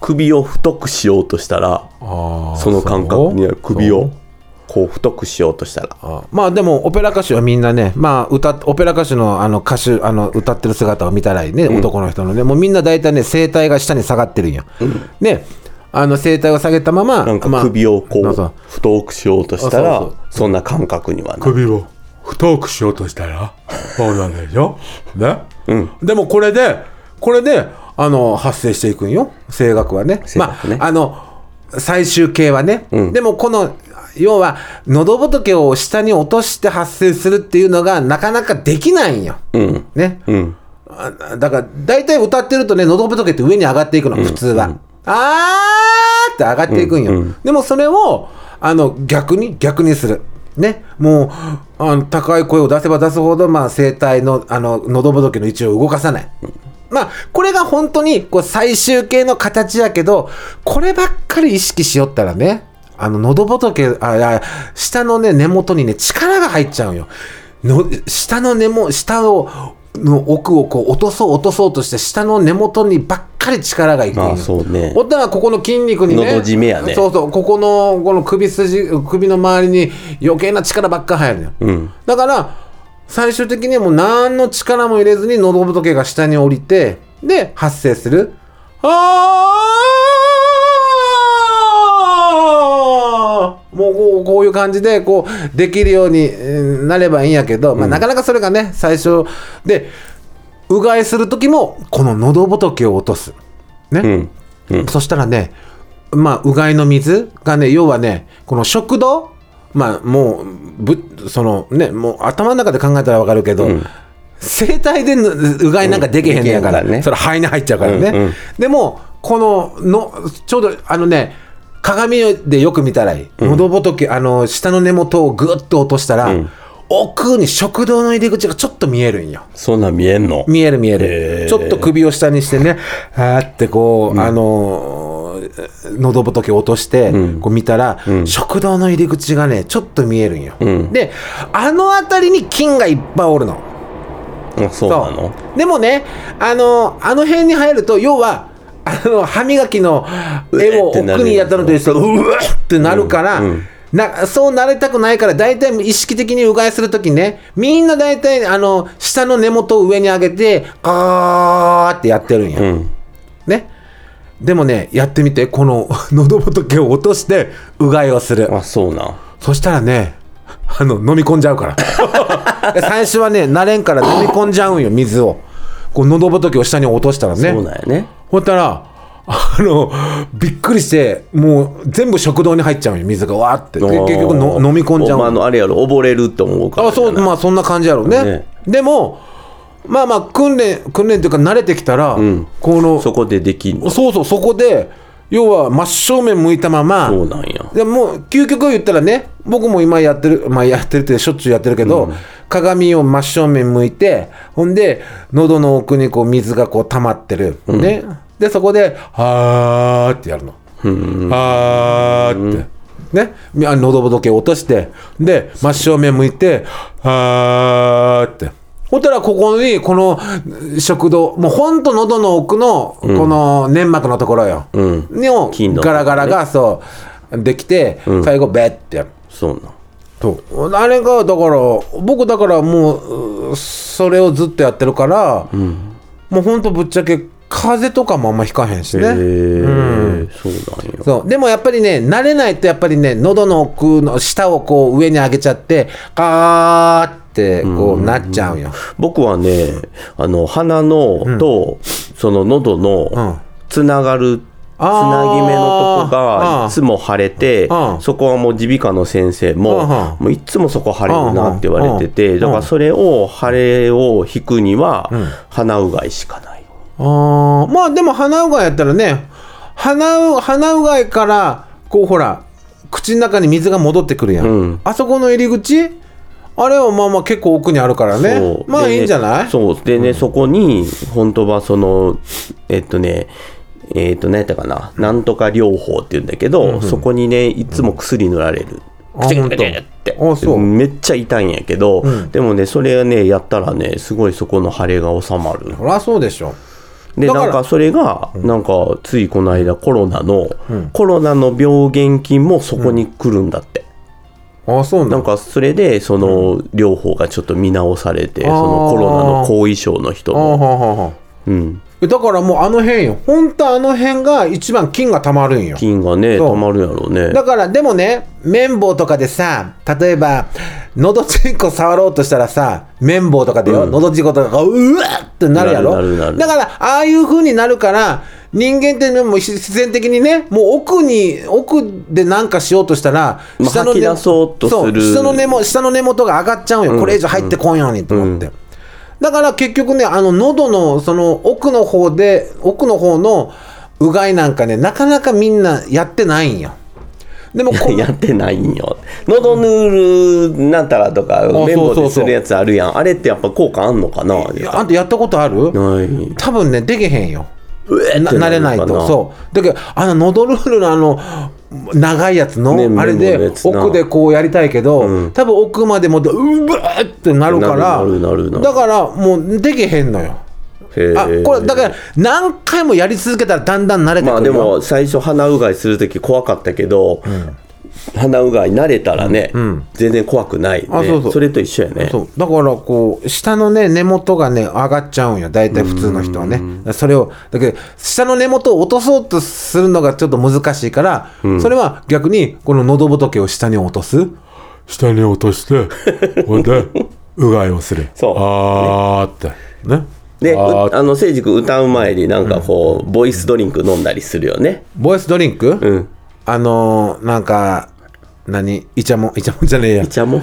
Speaker 1: 首を太くしようとしたら
Speaker 3: あー
Speaker 1: その感覚には
Speaker 3: そう
Speaker 1: 首をこう太くしようとしたら
Speaker 3: あまあでもオペラ歌手はみんなね、まあ、歌っオペラ歌手のあの歌手あの歌ってる姿を見たらいいね、男の人のねもうみんな大体ね声帯が下に下がってるんや、であの声帯を下げたまま
Speaker 1: なんか
Speaker 3: まあ
Speaker 1: 首をこ
Speaker 3: そうそう
Speaker 1: う太くしようとした
Speaker 3: そう
Speaker 1: ら
Speaker 3: そう
Speaker 1: そんな感覚にはなる
Speaker 2: 首を太くしようとしたらそうなんでしょね、でもこれで
Speaker 3: これであの発生していくんよ声楽はね
Speaker 1: 声楽ね
Speaker 3: まああの最終形はね、でもこの要は喉仏を下に落として発生するっていうのがなかなかできないんよ、ね、あだから大体歌ってるとね喉仏って上に上がっていくの、普通は、あーって上がっていくんよ、でもそれをあの逆に逆にするねもうあの高い声を出せば出すほど、まあ、声帯のあの喉仏の位置を動かさない、まあこれが本当にこう最終形の形やけどこればっかり意識しよったらねあの喉仏あいや下のね根元にね力が入っちゃうんよの下の根も下をの奥をこう落とそう落とそうとして下の根元にばっかり力がいくんよ
Speaker 1: ああそうね
Speaker 3: おったらここの筋肉にね
Speaker 1: のど締めやね
Speaker 3: そうそうここのこの首筋首の周りに余計な力ばっか入るのよ、だから最終的にはもう何の力も入れずに喉仏が下に降りてで発生するあーもうこうこういう感じでこうできるようにえーなればいいんやけど、まあ、なかなかそれがね最初でうがいする時もこの喉仏を落とすね、そしたらね、まあ、うがいの水がね、要はね、この食道、まあ、もう、ぶそのね、もう頭の中で考えたらわかるけど、生体でぬうがいなんかできへんねやから、
Speaker 1: うんできへんからね
Speaker 3: それ肺に入っちゃうからね。でも、このの、ちょうどあのね、鏡でよく見たらいい、喉仏、あの下の根元をぐっと落としたら、奥に食道の入り口がちょっと見えるんよ。
Speaker 1: そんなん見えんの
Speaker 3: 見える見え
Speaker 1: へ
Speaker 3: る。
Speaker 1: ー
Speaker 3: ちょっと首を下にしてね、あーってこう、あのー、喉仏を落として、こう見たら、食道の入り口がね、ちょっと見えるんよ。で、あの辺りに菌がいっぱいおるの。
Speaker 1: あそうなの
Speaker 3: そうでもね、あのーあの辺に入ると、要は、あの、歯磨きの絵を
Speaker 1: うえってなる
Speaker 3: 奥にやったのと一緒でうわっってなるから、なそうなりたくないから、大体意識的にうがいするときね、みんな大体、あの、下の根元を上に上げて、あーってやってるんや。
Speaker 1: うん
Speaker 3: ね。でもね、やってみて、この (laughs) 喉仏を落として、うがいをする。
Speaker 1: あそうなん
Speaker 3: そしたらね、あの、飲み込んじゃう
Speaker 1: (laughs)
Speaker 3: から。最初はね、慣れんから飲み込んじゃうんよ、水を。こう、喉仏を下に落としたらね。
Speaker 1: そうなんやね
Speaker 3: ほったら、あの、びっくりして、もう全部食堂に入っちゃうよ、水がわーって。で結局の飲み込んじゃ
Speaker 1: お前あ
Speaker 3: う。
Speaker 1: のあれやろ溺れるって思うから
Speaker 3: あ、そう、
Speaker 1: じゃない
Speaker 3: まあそんな感じやろうね。
Speaker 1: ね
Speaker 3: でも、まあまあ訓練訓練というか慣れてきたら、
Speaker 1: ん
Speaker 3: この
Speaker 1: そこでできんのそ
Speaker 3: そうそうそこで要は真正面向いたまま
Speaker 1: うなんや
Speaker 3: でもう究極を言ったらね僕も今やってるまあやってるってしょっちゅうやってるけど、鏡を真正面向いてほんで喉の奥にこう水がこう溜まってる、ねでそこで「はー」ってやるの。
Speaker 2: あーって。
Speaker 3: ね、みあ喉仏を落としてで真正面向いて「あー」ってほんたらここにこの食道もうほんと喉の奥のこの粘膜のところよ、
Speaker 1: ん
Speaker 3: にを
Speaker 1: 筋の
Speaker 3: ガラガラがそうできて、最後ベッてやる
Speaker 1: そうなん
Speaker 3: そうあれがだから僕だからもううそれをずっとやってるから、もうほんとぶっちゃけ風邪とかもあんまひかへんしね、
Speaker 1: へえ、そうなんや
Speaker 3: そうでもやっぱりね慣れないとやっぱりね喉の奥の下をこう上に上げちゃってカーってこうなっちゃうよ、
Speaker 1: 僕はねあの鼻のと、その喉のつながる、つ
Speaker 3: あー
Speaker 1: なぎ目のとこ
Speaker 3: あ
Speaker 1: が
Speaker 3: ー
Speaker 1: いつも腫れて
Speaker 3: うん
Speaker 1: そこはもう耳鼻科の先生も
Speaker 3: うんうん
Speaker 1: もういつもそこ腫れるなって言われて
Speaker 3: うんう
Speaker 1: て
Speaker 3: ん
Speaker 1: だからそれを腫れを引くには鼻うがいしかない
Speaker 3: あーまあでも鼻うがいやったらね鼻う鼻うがいからこうほら口の中に水が戻ってくるやん、
Speaker 1: うん
Speaker 3: あそこの入り口あれはまあまあ結構奥にあるから
Speaker 1: そ
Speaker 3: ね
Speaker 1: う
Speaker 3: まあ
Speaker 1: でね
Speaker 3: いいんじゃない
Speaker 1: そうでね、そこに本当はそのえっとねえっと何やったかななんとか療法って言うんだけど、そこにねいつも薬塗られる。
Speaker 3: あ
Speaker 1: くちゃく
Speaker 3: 本
Speaker 1: ちゃくちゃ
Speaker 3: 当
Speaker 1: くちゃって
Speaker 3: あそう
Speaker 1: めっちゃ痛いんやけど、でもねそれねやったらねすごいそこの腫れが治まる
Speaker 3: そりゃそうでしょ
Speaker 1: で
Speaker 3: だから
Speaker 1: なんかそれが、なんかついこの間コロナの、コロナの病原菌もそこに来るんだって、
Speaker 3: ああそうな
Speaker 1: なんんかそれでその療法がちょっと見直されて、そのコロナの後遺症の人
Speaker 3: あー
Speaker 1: も、
Speaker 3: はあはあはあ
Speaker 1: うん、
Speaker 3: えだからもうあの辺よ本当あの辺が一番菌がたまるんよ
Speaker 1: 菌がね
Speaker 3: そう
Speaker 1: たまるやろうね
Speaker 3: だからでもね綿棒とかでさ例えば喉ちんこ触ろうとしたらさ綿棒とかでよ、喉ちんことかがうわっってなるやろ
Speaker 1: なるなるなる
Speaker 3: だからああいう風になるから人間ってねもう自然的にねもう奥に奥でなんかしようとしたら
Speaker 1: まあ
Speaker 3: の
Speaker 1: 吐き出そうとする
Speaker 3: そう下の根も下の根元が上がっちゃうんよ、これ以上入ってこんようにと思って、だから結局ねあの喉のその奥の方で奥の方のうがいなんかねなかなかみんなやってないんよでも
Speaker 1: (laughs)
Speaker 3: こ
Speaker 1: やってないんよ喉塗るなんたらとか綿
Speaker 3: そ
Speaker 1: 棒
Speaker 3: うそう
Speaker 1: でするやつあるやんあれってやっぱ効果あんのかな
Speaker 3: あんたやったことある
Speaker 1: ない
Speaker 3: 多分ねできへんよ
Speaker 1: うえって
Speaker 3: な
Speaker 1: るのか
Speaker 3: 慣れないとそうだけどあの喉ルールのあの長いやつの、
Speaker 1: ね
Speaker 3: あれ
Speaker 1: メモの
Speaker 3: で
Speaker 1: やつな
Speaker 3: 奥でこうやりたいけど、多分奥までもってうわーってなるから
Speaker 1: なるなるなるなる
Speaker 3: だからもうできへんのよ
Speaker 1: へ
Speaker 3: あ
Speaker 1: ー
Speaker 3: これだから何回もやり続けたらだんだん慣れてくるよ
Speaker 1: まあでも最初鼻うがいする時怖かったけど、鼻うがい慣れたらね、全然怖くない、ね、
Speaker 3: あそうそう
Speaker 1: れと一緒やね
Speaker 3: そうだからこう下のね根元がね上がっちゃうんよ大体普通の人はねそれをだけど下の根元を落とそうとするのがちょっと難しいから、それは逆にこの喉仏を下に落とす
Speaker 2: 下に落として、ほんで、 (laughs) うがいをする。
Speaker 1: そう
Speaker 2: あーって。
Speaker 3: ね
Speaker 1: でう
Speaker 2: あー
Speaker 1: あの誠治君歌う前になんかこう、ボイスドリンク飲んだりするよね
Speaker 3: ボイスドリンク、
Speaker 1: うん
Speaker 3: あのーなんか何イチャモンイチャモンじゃねえや
Speaker 1: いちゃ
Speaker 3: (laughs)
Speaker 1: も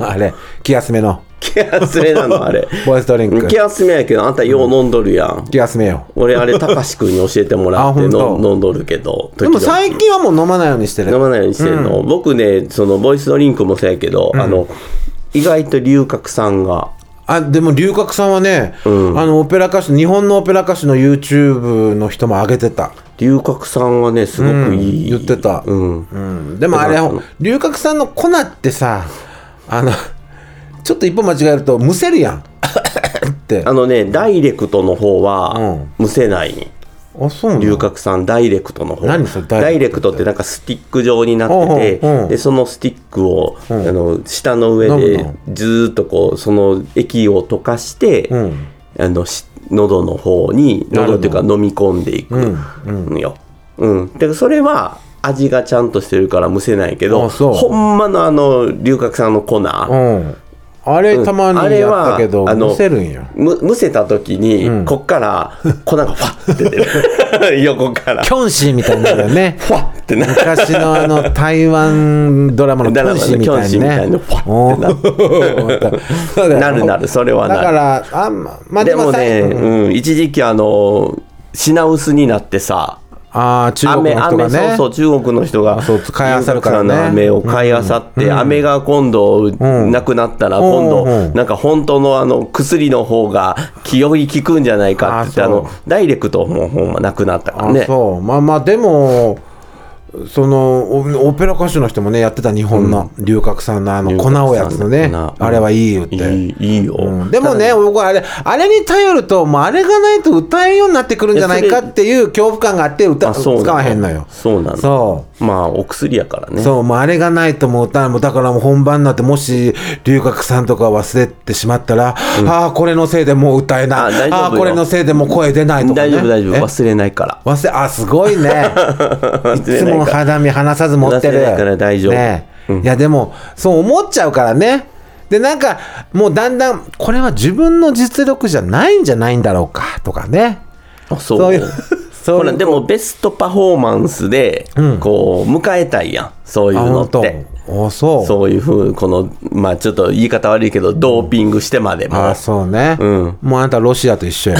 Speaker 3: あれ気休めの
Speaker 1: 気休めなのあれ
Speaker 3: ボイスドリンク
Speaker 1: 気休めやけどあんたよう飲んどるやん、
Speaker 3: 気休めよ
Speaker 1: 俺あれたかし君に教えてもらって
Speaker 3: あ
Speaker 1: 飲
Speaker 3: ほんと
Speaker 1: 飲んどるけど
Speaker 3: でも
Speaker 1: 時々
Speaker 3: 最近はもう飲まないようにしてる
Speaker 1: 飲まないようにしてるの、僕ねそのボイスドリンクもそうやけど、あの意外と龍角散が
Speaker 3: あでも龍角さんはね、あのオペラ歌手日本のオペラ歌手の YouTube の人も上げてた、
Speaker 1: 龍角散はねすごくいい、
Speaker 3: 言ってた、
Speaker 1: うん
Speaker 3: うんでもあれ龍角さんの粉ってさあのちょっと一歩間違えるとむせるや
Speaker 1: (laughs)
Speaker 3: んって
Speaker 1: あ
Speaker 3: あ
Speaker 1: のねダイレクトの方
Speaker 3: う
Speaker 1: は
Speaker 3: ん
Speaker 1: むせない
Speaker 3: そうなの
Speaker 1: 龍角散ダイレクトの方
Speaker 3: 何それ
Speaker 1: ダイレクトってなんかスティック状になって
Speaker 3: うんうんう
Speaker 1: て
Speaker 3: ん
Speaker 1: でそのスティックをあの舌の上
Speaker 3: 飲む
Speaker 1: で
Speaker 3: の
Speaker 1: ずーっとこうその液を溶かして
Speaker 3: ん
Speaker 1: あのし喉の方に
Speaker 3: な
Speaker 1: 喉
Speaker 3: るの
Speaker 1: っていうか飲み込んでいくのよ。うん、でそれは味がちゃんとしてるからむせないけど
Speaker 3: あそう
Speaker 1: ほんまのあの龍角散の粉、
Speaker 3: うんあれたま
Speaker 1: あ
Speaker 3: に
Speaker 1: れ
Speaker 3: やっ
Speaker 1: は
Speaker 3: たけど、
Speaker 1: あの
Speaker 3: むせるんよ
Speaker 1: むむせた時に、こっから粉がファッて出てる (laughs) 横から
Speaker 3: キョンシーみたいになるよね (laughs)
Speaker 1: ファッってな
Speaker 3: 昔のあの台湾ドラマの
Speaker 1: だか
Speaker 3: 教
Speaker 1: ら
Speaker 3: 師み
Speaker 1: 教
Speaker 3: たい
Speaker 1: 師
Speaker 3: に
Speaker 1: みたい
Speaker 3: ね
Speaker 1: な。パ
Speaker 3: お
Speaker 1: ッてな (laughs)
Speaker 3: ー
Speaker 1: な
Speaker 3: (laughs)
Speaker 1: るなるそれはな
Speaker 3: だ
Speaker 1: る
Speaker 3: からあんままあ
Speaker 1: でもね、
Speaker 3: まあ
Speaker 1: うん、一時期あの品薄になってさ
Speaker 3: あー中国
Speaker 1: 飴
Speaker 3: の人が
Speaker 1: 飴そ
Speaker 3: ね
Speaker 1: うそう中国の人が
Speaker 3: あそう買い漁るからね
Speaker 1: 中華の飴を買い漁って、飴が今度なくなったら
Speaker 3: うん
Speaker 1: 今度、
Speaker 3: うん
Speaker 1: なんか本当のあの薬の方が清い効くんじゃないかって言って
Speaker 3: あ
Speaker 1: あ
Speaker 3: そう
Speaker 1: のダイレクトもうほんまなくなったから
Speaker 3: あ
Speaker 1: ね
Speaker 3: そうまあまあでもそのおオペラ歌手の人もねやってた日本の龍角散のあの
Speaker 1: 龍
Speaker 3: 粉
Speaker 1: 角散
Speaker 3: おやつのね
Speaker 1: 粉
Speaker 3: あれはいいよっ
Speaker 1: い
Speaker 3: て。
Speaker 1: いいいよ、
Speaker 3: うんでもね、僕はあれ、あれに頼ると、もうあれがないと歌えんようになってくるんじゃないかっていう恐怖感があって歌、
Speaker 1: あそうな
Speaker 3: 使わへんのよ。
Speaker 1: そうなの
Speaker 3: そ
Speaker 1: まあお薬やから
Speaker 3: う。
Speaker 1: ね
Speaker 3: そう、もうあれがないともう歌えんもうだからもう本番になって、もし、龍角さんとか忘れてしまったら、ああ、これのせいでもう歌え
Speaker 1: あ
Speaker 3: な
Speaker 1: 大
Speaker 3: い。
Speaker 1: 丈夫よ
Speaker 3: ああー、これのせいでもう声出ないとか、ね。
Speaker 1: 大丈夫大丈
Speaker 3: え
Speaker 1: 夫忘れない
Speaker 3: (laughs)
Speaker 1: から
Speaker 3: 忘れ、あ、すごいね。い
Speaker 1: 忘れ
Speaker 3: つ
Speaker 1: ない
Speaker 3: も
Speaker 1: から
Speaker 3: 肌身離さず持ってる。
Speaker 1: 忘れないから大丈夫
Speaker 3: ねえいや、でも、そう思っちゃうからね。で、なんか、もうだんだん、これは自分の実力じゃないんじゃないんだろうか、とかね。
Speaker 1: あそう
Speaker 3: そういう、そう
Speaker 1: ほらでもベストパフォーマンスでこう迎えたいやんそういう
Speaker 3: あ、
Speaker 1: のっ
Speaker 3: 本当
Speaker 1: て。
Speaker 3: あ、そう。
Speaker 1: そういうふうこのまあちょっと言い方悪いけどドーピングしてまでも
Speaker 3: あ、そうね。
Speaker 1: うん
Speaker 3: もうあんたロシアと
Speaker 1: (laughs)
Speaker 3: 一緒や。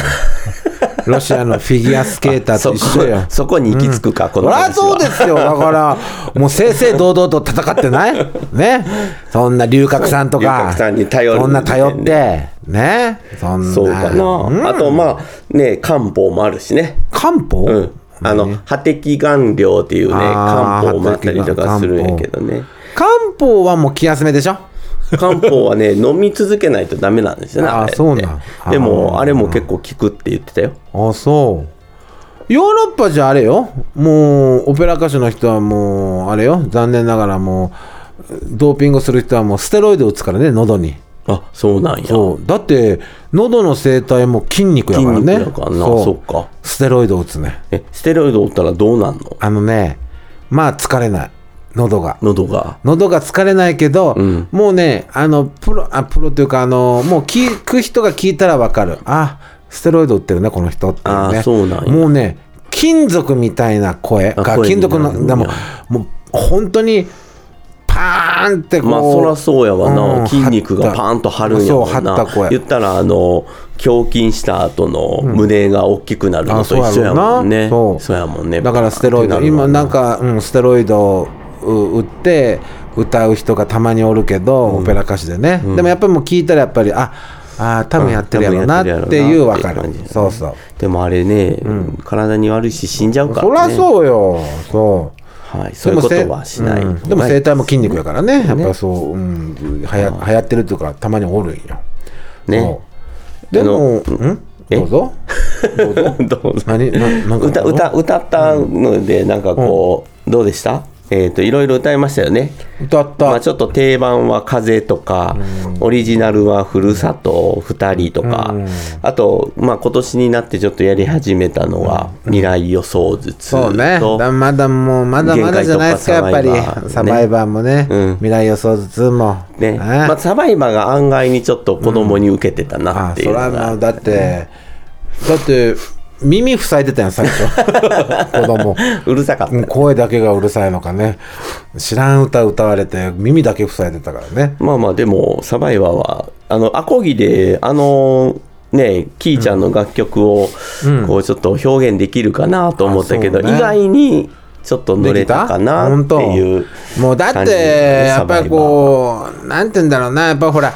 Speaker 3: ロシアのフィギュアスケーター
Speaker 1: そ
Speaker 3: と
Speaker 1: こ
Speaker 3: 一緒や。
Speaker 1: そこに行き着くかこ
Speaker 3: そ
Speaker 1: の
Speaker 3: りゃ
Speaker 1: 話
Speaker 3: そうで
Speaker 1: は
Speaker 3: すよ、だから、もう正々堂々と戦ってない、ね、そんな龍角さんとか、
Speaker 1: 龍角散に頼る
Speaker 3: そんな頼って、ね、そんな、
Speaker 1: そうかなあとまあね漢方もあるしね
Speaker 3: 漢方、
Speaker 1: うんあの破滴顔料っていうね
Speaker 3: あー
Speaker 1: 漢方もあったりとかするんやけどね
Speaker 3: 漢方はもう気休めでしょ、
Speaker 1: 漢方はね (laughs) 飲み続けないとダメなんですよね
Speaker 3: あー
Speaker 1: れって
Speaker 3: そうなん
Speaker 1: で
Speaker 3: あー
Speaker 1: もあれも結構効くって言ってたよ
Speaker 3: あそう、ヨーロッパじゃあれよ、もうオペラ歌手の人はもう、あれよ、残念ながらもう、ドーピングする人はもうステロイド打つからね、喉に。
Speaker 1: あそうなんや
Speaker 3: そうだって喉の声帯も筋肉やからね
Speaker 1: 筋肉やからなそっか
Speaker 3: ステロイド打つね
Speaker 1: えステロイド打ったらどうなんの
Speaker 3: あのねまあ疲れない喉が
Speaker 1: 喉が
Speaker 3: 喉が疲れないけど、
Speaker 1: ん
Speaker 3: もうねあのプロあプロというかあのもう聞く人が聞いたら分かるあステロイド打ってるねこの人っていうね
Speaker 1: あそうなんや
Speaker 3: もうね金属みたいな声
Speaker 1: あ
Speaker 3: が
Speaker 1: 声
Speaker 3: 金
Speaker 1: になる
Speaker 3: 属のでも
Speaker 1: いや
Speaker 3: もう本当にパーンってこう
Speaker 1: まあそらそうやわな、
Speaker 3: うん
Speaker 1: 筋肉がパーンと張るんやもん
Speaker 3: そう張
Speaker 1: な
Speaker 3: った声
Speaker 1: 言ったらあの胸筋した後の胸が大きくなるのと
Speaker 3: あ
Speaker 1: 一
Speaker 3: そ
Speaker 1: 緒
Speaker 3: うや
Speaker 1: や
Speaker 3: ろうな
Speaker 1: もんね、
Speaker 3: そう
Speaker 1: やもんね
Speaker 3: だからステロイド、今なんか、うん、ステロイドう打って歌う人がたまにおるけど、オペラ歌手でね、でもやっぱりもう聞いたらやっぱりああー多分やってるやろうなっていう
Speaker 1: うん多分や
Speaker 3: わ
Speaker 1: ってる
Speaker 3: か
Speaker 1: やろうなっていう感
Speaker 3: る
Speaker 1: じだね
Speaker 3: そうそう
Speaker 1: でもあれね、体に悪いし死んじゃうか
Speaker 3: そり
Speaker 1: ら
Speaker 3: ゃ
Speaker 1: ね
Speaker 3: そうよそう
Speaker 1: はい、そういうこ
Speaker 3: せ
Speaker 1: とはしない、
Speaker 3: うんでも声帯も筋肉やからねやっぱそう、うん、はや流行ってるっていうかたまにおるんよ
Speaker 1: ね
Speaker 3: そうでも
Speaker 1: あの
Speaker 3: ん
Speaker 1: え
Speaker 3: どうぞどうぞ
Speaker 1: (laughs) どうぞ
Speaker 3: 何ななんか
Speaker 1: 歌
Speaker 3: どうぞ
Speaker 1: 歌歌ったのでなんかこう、どうでしたえっ、といろいろ歌いましたよね
Speaker 3: 歌った、
Speaker 1: まあ、ちょっと定番は「風」とか、オリジナルは「ふるさと2人」とか、あと、まあ、今年になってちょっとやり始めたのは「未来予想術と」
Speaker 3: そうね。だまだもう、まだまだじゃないですか、やっぱり
Speaker 1: 限界突破。
Speaker 3: サ
Speaker 1: サ
Speaker 3: バ
Speaker 1: バ
Speaker 3: イ
Speaker 1: イ
Speaker 3: バーもね、
Speaker 1: うん
Speaker 3: 未来予想図も。
Speaker 1: ね
Speaker 3: あ
Speaker 1: まあ、サバイバーが案外にちょっと子供に受けてたな
Speaker 3: あ
Speaker 1: ってい
Speaker 3: そう
Speaker 1: の
Speaker 3: ら
Speaker 1: が、
Speaker 3: もう、だって、だって、耳塞いでたやん、最初。
Speaker 1: (laughs)
Speaker 3: 子供。
Speaker 1: うるさかった、
Speaker 3: うん声だけがうるさいのかね。知らん歌歌われて、耳だけ塞いでたからね。
Speaker 1: まあまあでもサバイバーはあのアコギであのねキーちゃんの楽曲をこうちょっと表現できるかなと思ったけど、
Speaker 3: あそうね
Speaker 1: 意外にちょっと乗れたかなっていう
Speaker 3: もうだっ
Speaker 1: 感
Speaker 3: て
Speaker 1: じです
Speaker 3: やっぱりこうなんて言うんだろうなやっぱほら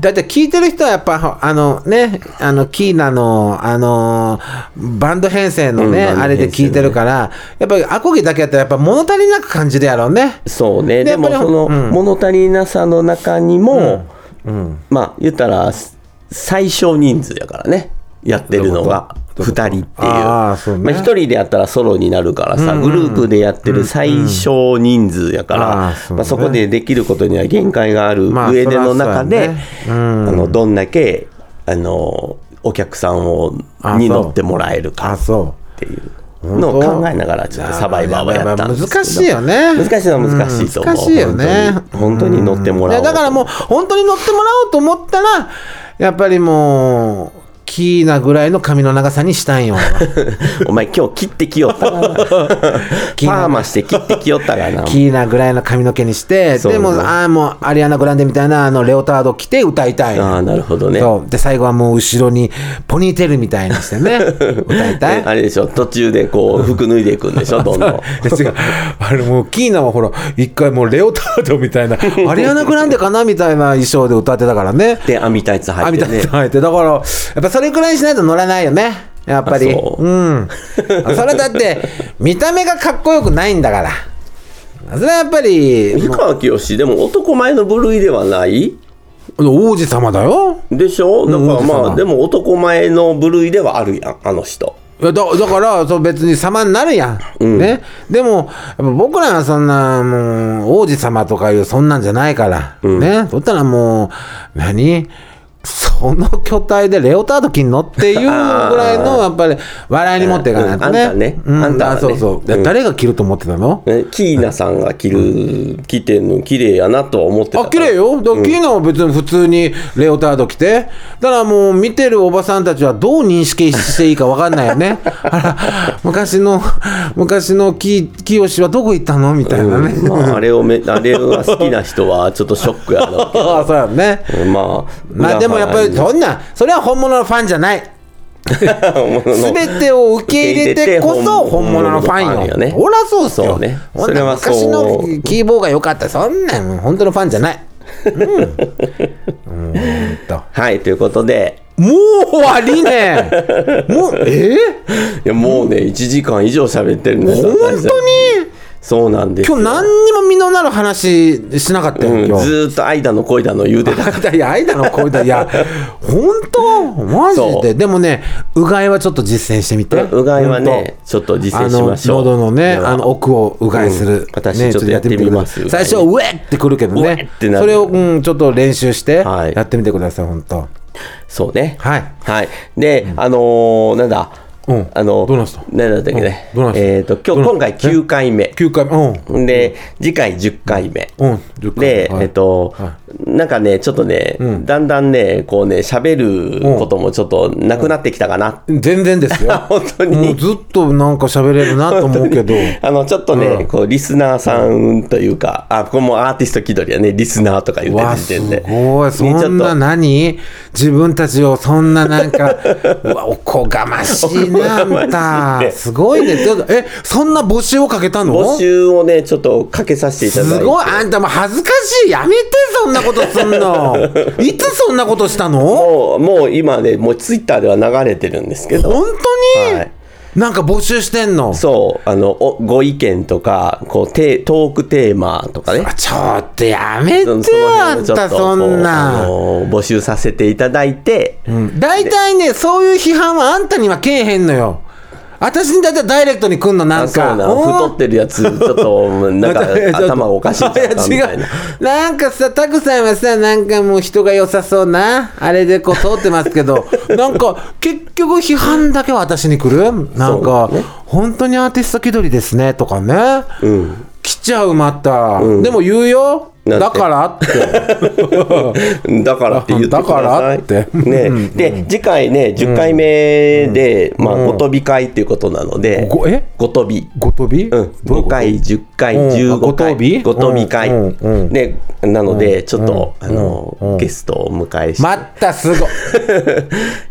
Speaker 3: だって聞いてる人はやっぱあのねあのキーナのあのバンド編成のね、
Speaker 1: うんバンド編成のね
Speaker 3: あれで聞いてるからやっぱりアコギだけやったらやっぱ物足りなく感じるやろうね
Speaker 1: そうね
Speaker 3: で
Speaker 1: でも
Speaker 3: やっぱり
Speaker 1: その
Speaker 3: うん
Speaker 1: 物足りなさの中にも、まあ言ったら最小人数やからねやってるのが2人っていう
Speaker 3: ああそうね
Speaker 1: まあ、1人でやったらソロになるからさ、グループでやってる最小人数やから、
Speaker 3: ああ
Speaker 1: そ
Speaker 3: そうね
Speaker 1: まあ、そこでできることには限界がある
Speaker 3: まあ
Speaker 1: 上での中で、
Speaker 3: そりゃそうや
Speaker 1: あのどんだけあのお客さんを
Speaker 3: あ
Speaker 1: に
Speaker 3: そう
Speaker 1: 乗ってもらえるか
Speaker 3: あ
Speaker 1: っ
Speaker 3: そ
Speaker 1: ていうのを考えながらちょっとサバイバーはやったんですけど
Speaker 3: 難しいよね
Speaker 1: 難しいのは難しいと思う、
Speaker 3: うん難しいよね
Speaker 1: 本当に本当に乗って
Speaker 3: う
Speaker 1: もらおう
Speaker 3: ねだからもう本当に乗ってもらおうと思ったらやっぱりもうきなぐらいの髪の長さにしたんよ。
Speaker 1: (laughs) お前今日切ってきよった
Speaker 3: (laughs)
Speaker 1: がなパーマして切ってきよったがな
Speaker 3: キーなぐらいの髪の毛にして、
Speaker 1: そう
Speaker 3: でも、
Speaker 1: そう
Speaker 3: ああ、もう、アリアナ・グランデみたいな、あの、レオタード着て歌いたい。
Speaker 1: ああなるほどね
Speaker 3: そう。で、最後はもう、後ろに、ポニーテールみたいにし
Speaker 1: (laughs)
Speaker 3: てね、歌いた
Speaker 1: ね
Speaker 3: い。
Speaker 1: あれでしょ途中でこう服脱いでいくんでしょどんどん
Speaker 3: で違うあれもうキーナはほら一回もうレオタードみたい
Speaker 1: (laughs)
Speaker 3: なアリアナ・グランデかなみたいな衣装で歌ってたからね
Speaker 1: で網タイツ
Speaker 3: あ
Speaker 1: 履い
Speaker 3: み
Speaker 1: て
Speaker 3: たい
Speaker 1: ね
Speaker 3: な入ってだからやっぱそれくらいにしないと乗らないよねやっぱり
Speaker 1: あそう
Speaker 3: うんそれだって見た目がかっこよくないんだからそれはやっぱり
Speaker 1: (laughs) 美川清でも男前の部類ではない
Speaker 3: 王子様だよ
Speaker 1: でしょだから
Speaker 3: うん
Speaker 1: まあでも男前の部類ではあるやんあの人
Speaker 3: いやだだからそう別に様になるやん、ね、でもやっぱ僕らはそんなもう王子様とかいうそんなんじゃないから、ねそったらもう何その巨体でレオタード着んのっていうぐら
Speaker 1: (laughs)
Speaker 3: いのやっぱり笑いに持っていかないと
Speaker 1: うんあん
Speaker 3: ね。
Speaker 1: たね
Speaker 3: う
Speaker 1: あんたはね
Speaker 3: あそうそう、で
Speaker 1: うん
Speaker 3: 誰が着ると思ってたの
Speaker 1: ねキーナさんが着る着てんの綺麗やなとは思ってた
Speaker 3: あ綺麗よ、だからキーナは別に普通にレオタード着て、だからもう見てるおばさんたちはどう認識していいか分かんないよね、あら、昔の、昔のキキヨシはどこ行ったのみたいなね、
Speaker 1: うんまあ、あれをめあれが好きな人はちょっとショックやろうけ
Speaker 3: あ (laughs) そうやね、
Speaker 1: どまあ
Speaker 3: まあでもやっぱり、
Speaker 1: (laughs)
Speaker 3: そんな、それは本物のファンじゃない。
Speaker 1: す
Speaker 3: すべてを受け入れてこそ本物のファンよ。
Speaker 1: ね、
Speaker 3: ほらそうっす
Speaker 1: そ
Speaker 3: よ。
Speaker 1: うね
Speaker 3: ほん
Speaker 1: それ
Speaker 3: な
Speaker 1: はそう
Speaker 3: 昔のキーボーが良かった。そんなん本当のファンじゃない。
Speaker 1: (laughs)
Speaker 3: うん。うーんと。
Speaker 1: はいということで
Speaker 3: もう終わり
Speaker 1: (laughs)
Speaker 3: ねもうえ
Speaker 1: いやもうね、1時間以上喋ってるんです
Speaker 3: 本当に
Speaker 1: 私たちそうなんです
Speaker 3: ー、今日何にも実のなる話しなかったよ、
Speaker 1: うん、
Speaker 3: 今
Speaker 1: ず
Speaker 3: 日。
Speaker 1: ーっと愛だの恋だの言うてたか
Speaker 3: いや、間の声だ。いや、本当マジ
Speaker 1: そう
Speaker 3: で。でもね、うがいはちょっと実践してみて。
Speaker 1: らうがいは
Speaker 3: ほんと
Speaker 1: ねちょっと実
Speaker 3: あ
Speaker 1: 践し
Speaker 3: の
Speaker 1: ましょう
Speaker 3: 喉のね
Speaker 1: では
Speaker 3: あの奥をうがいする、
Speaker 1: うん私
Speaker 3: ね
Speaker 1: ちょっとやってみます
Speaker 3: ちょっとやってみてください最初はうえってくるけど
Speaker 1: うえ
Speaker 3: ね
Speaker 1: ってなる
Speaker 3: それを、うん、ちょっと練習して
Speaker 1: はい
Speaker 3: やってみてください本当
Speaker 1: そうね
Speaker 3: はい
Speaker 1: はいで、あのーなんだ、
Speaker 3: うん
Speaker 1: あの
Speaker 3: どうなんすか
Speaker 1: 何だったっけね、
Speaker 3: うんどうなんすか
Speaker 1: えっ、と今日今回9回目
Speaker 3: 9回目
Speaker 1: で次回10回目、
Speaker 3: うんうん10回
Speaker 1: で、
Speaker 3: はい
Speaker 1: えっと、なんかね、ちょっとね、だんだんね、こうね、喋ることもちょっとなくなってきたかな。
Speaker 3: 全然ですよ
Speaker 1: (laughs) 本当に
Speaker 3: もうずっとなんか喋れるなと思うけ
Speaker 1: (laughs)
Speaker 3: ど
Speaker 1: あの、ちょっとね、こう、リスナーさんというか、あ、これもアーティスト気取りやね、リスナーとか言って
Speaker 3: わ
Speaker 1: る
Speaker 3: あ
Speaker 1: 時
Speaker 3: す
Speaker 1: 点で。
Speaker 3: ごいそ
Speaker 1: ねちょ
Speaker 3: ん
Speaker 1: っ
Speaker 3: な
Speaker 1: と
Speaker 3: 何自分たちをそんなな
Speaker 1: (laughs)
Speaker 3: んかうわおこがましいなあん
Speaker 1: ましい
Speaker 3: た
Speaker 1: って
Speaker 3: すごいねちょっとえそんな募集をかけたの
Speaker 1: 募集をね、ちょっとかけさせていただいて。
Speaker 3: すごいあんたもう恥ずかしいやめてそんなことすん
Speaker 1: (laughs)
Speaker 3: のいつそんなことしたの
Speaker 1: もう、もう今ね、もうツイッターでは流れてるんですけど。
Speaker 3: 本当に、
Speaker 1: はい
Speaker 3: なんか募集してんの
Speaker 1: そう、あの、おご意見とか、こう、テートークテーマとかね。
Speaker 3: ちょっとやめて
Speaker 1: その
Speaker 3: よ
Speaker 1: その
Speaker 3: あ
Speaker 1: 辺を
Speaker 3: ん
Speaker 1: ちょ
Speaker 3: た
Speaker 1: っとこ
Speaker 3: そん
Speaker 1: うあ
Speaker 3: な
Speaker 1: の募集させていただいて、
Speaker 3: 大体ねそういう批判はあんたにはけえへんのよ私にだいたいダイレクトに来んのな
Speaker 1: あ
Speaker 3: ん
Speaker 1: そう
Speaker 3: か
Speaker 1: なの
Speaker 3: うん
Speaker 1: 太ってるやつちょっとなん
Speaker 3: (laughs)
Speaker 1: か頭がおかしいんちゃうかみ
Speaker 3: いや
Speaker 1: た
Speaker 3: 違
Speaker 1: いうな。
Speaker 3: なんかさ、タクさんはさ、なんかもう人が良さそうな、あれでこう通ってますけど、
Speaker 1: (laughs)
Speaker 3: なんか結局批判だけは私に来るなんか、本当にアーティスト気取りですね、とかね。来ちゃう、また。でも言うよ。
Speaker 1: なんて
Speaker 3: だから
Speaker 1: (laughs)
Speaker 3: って。
Speaker 1: だからって言ってください。
Speaker 3: だからって
Speaker 1: ね、で次回ね10回目で、まあごとび会っていうことなので、
Speaker 3: ごえ
Speaker 1: ごとび。
Speaker 3: ごとび
Speaker 1: うん、5回、10回、15回、
Speaker 3: うんごとび
Speaker 1: 会、
Speaker 3: うんうんうん
Speaker 1: でなので、ちょっと、あの、ゲストをお迎えして、
Speaker 3: またす
Speaker 1: (laughs)
Speaker 3: ごい。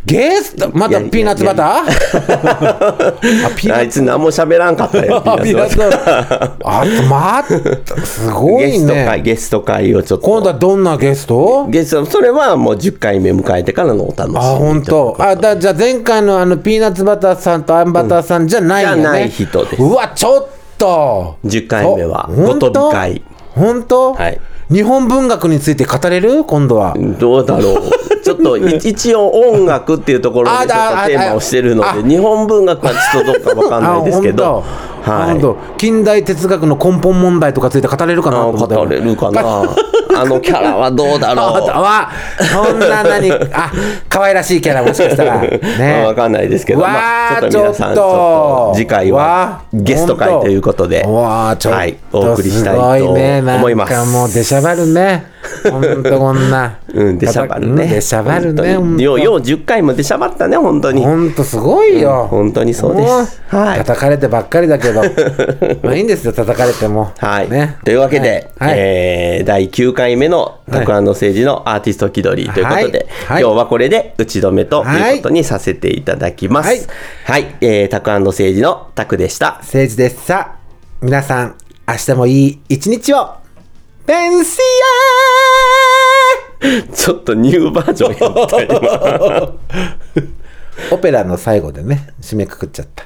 Speaker 3: ゲスト、またピーナッツバターあ、ピーナ
Speaker 1: あ
Speaker 3: ッ
Speaker 1: いつ何も喋らんかったよ、
Speaker 3: ツピーナ (laughs) ッツバター。あ、また、すご
Speaker 1: ゲ
Speaker 3: い
Speaker 1: スト
Speaker 3: ね
Speaker 1: 会、。ゲスト会をちょっと。
Speaker 3: 今度はどんなゲスト
Speaker 1: ゲスト、それはもう10回目迎えてからのお楽しみ。
Speaker 3: あ、本当。あ、だじゃあ前回のあのピーナッツバターさんとアンバターさんじゃないよね。
Speaker 1: じゃない人です
Speaker 3: うわ、ちょっと。
Speaker 1: 10回目は、
Speaker 3: お
Speaker 1: ごとび会。。
Speaker 3: 本当。
Speaker 1: はい
Speaker 3: 日本文学について語れる今度は。
Speaker 1: どうだろ
Speaker 3: (laughs)
Speaker 1: う。ちょっとい一応音楽っていうところでち
Speaker 3: あ
Speaker 1: ょっ
Speaker 3: だ
Speaker 1: と
Speaker 3: あ
Speaker 1: テーマをしてるの
Speaker 3: あ
Speaker 1: で、日本文学はちょっとどうかわかんないですけど。
Speaker 3: あ
Speaker 1: は
Speaker 3: 本当
Speaker 1: い。
Speaker 3: 本当近代哲学の根本問題とかついて語れるかな
Speaker 1: あ
Speaker 3: と思ったよ
Speaker 1: 語れるかな。あのキャラはどうだ
Speaker 3: あ
Speaker 1: ろう。
Speaker 3: わそんな何あ可愛らしいキャラもしかしたら
Speaker 1: まあ
Speaker 3: ね
Speaker 1: わかんないですけど、
Speaker 3: わー
Speaker 1: まあ、ちょっと皆さん、ち
Speaker 3: ちょっと
Speaker 1: ょっと次回は
Speaker 3: わー
Speaker 1: ゲスト会
Speaker 3: ほんと
Speaker 1: ということで、
Speaker 3: わあちょっ
Speaker 1: はい、
Speaker 3: と
Speaker 1: お送りし
Speaker 3: す
Speaker 1: た
Speaker 3: ご
Speaker 1: いと
Speaker 3: いねなん
Speaker 1: 思います。
Speaker 3: かもう出しゃばるねほんとこんな
Speaker 1: うん、でしゃばるね。
Speaker 3: でしゃばるね
Speaker 1: 本当によう、よう10回もでしゃばったね、本当に。
Speaker 3: ほんとすごいよ、
Speaker 1: 本当にそうで
Speaker 3: も
Speaker 1: す。はい。
Speaker 3: 叩かれてばっかり
Speaker 1: (laughs)
Speaker 3: だけどまあいいんですよ叩かれても
Speaker 1: はい、
Speaker 3: ね
Speaker 1: というわけで、
Speaker 3: はいはい
Speaker 1: えー第9回目の「たくあんの政治」のアーティスト気取りということで、
Speaker 3: はいはい
Speaker 1: 今日はこれで打ち止めということにさせていただきます。は
Speaker 3: はいい、
Speaker 1: えー、たくあんの政治のたくでした。
Speaker 3: 政治ですさあ皆さん明日もいい一日をペンシ
Speaker 1: ちょっとニューバージョンやった今 (laughs)
Speaker 3: アーオペラの最後でね締めくくっちゃった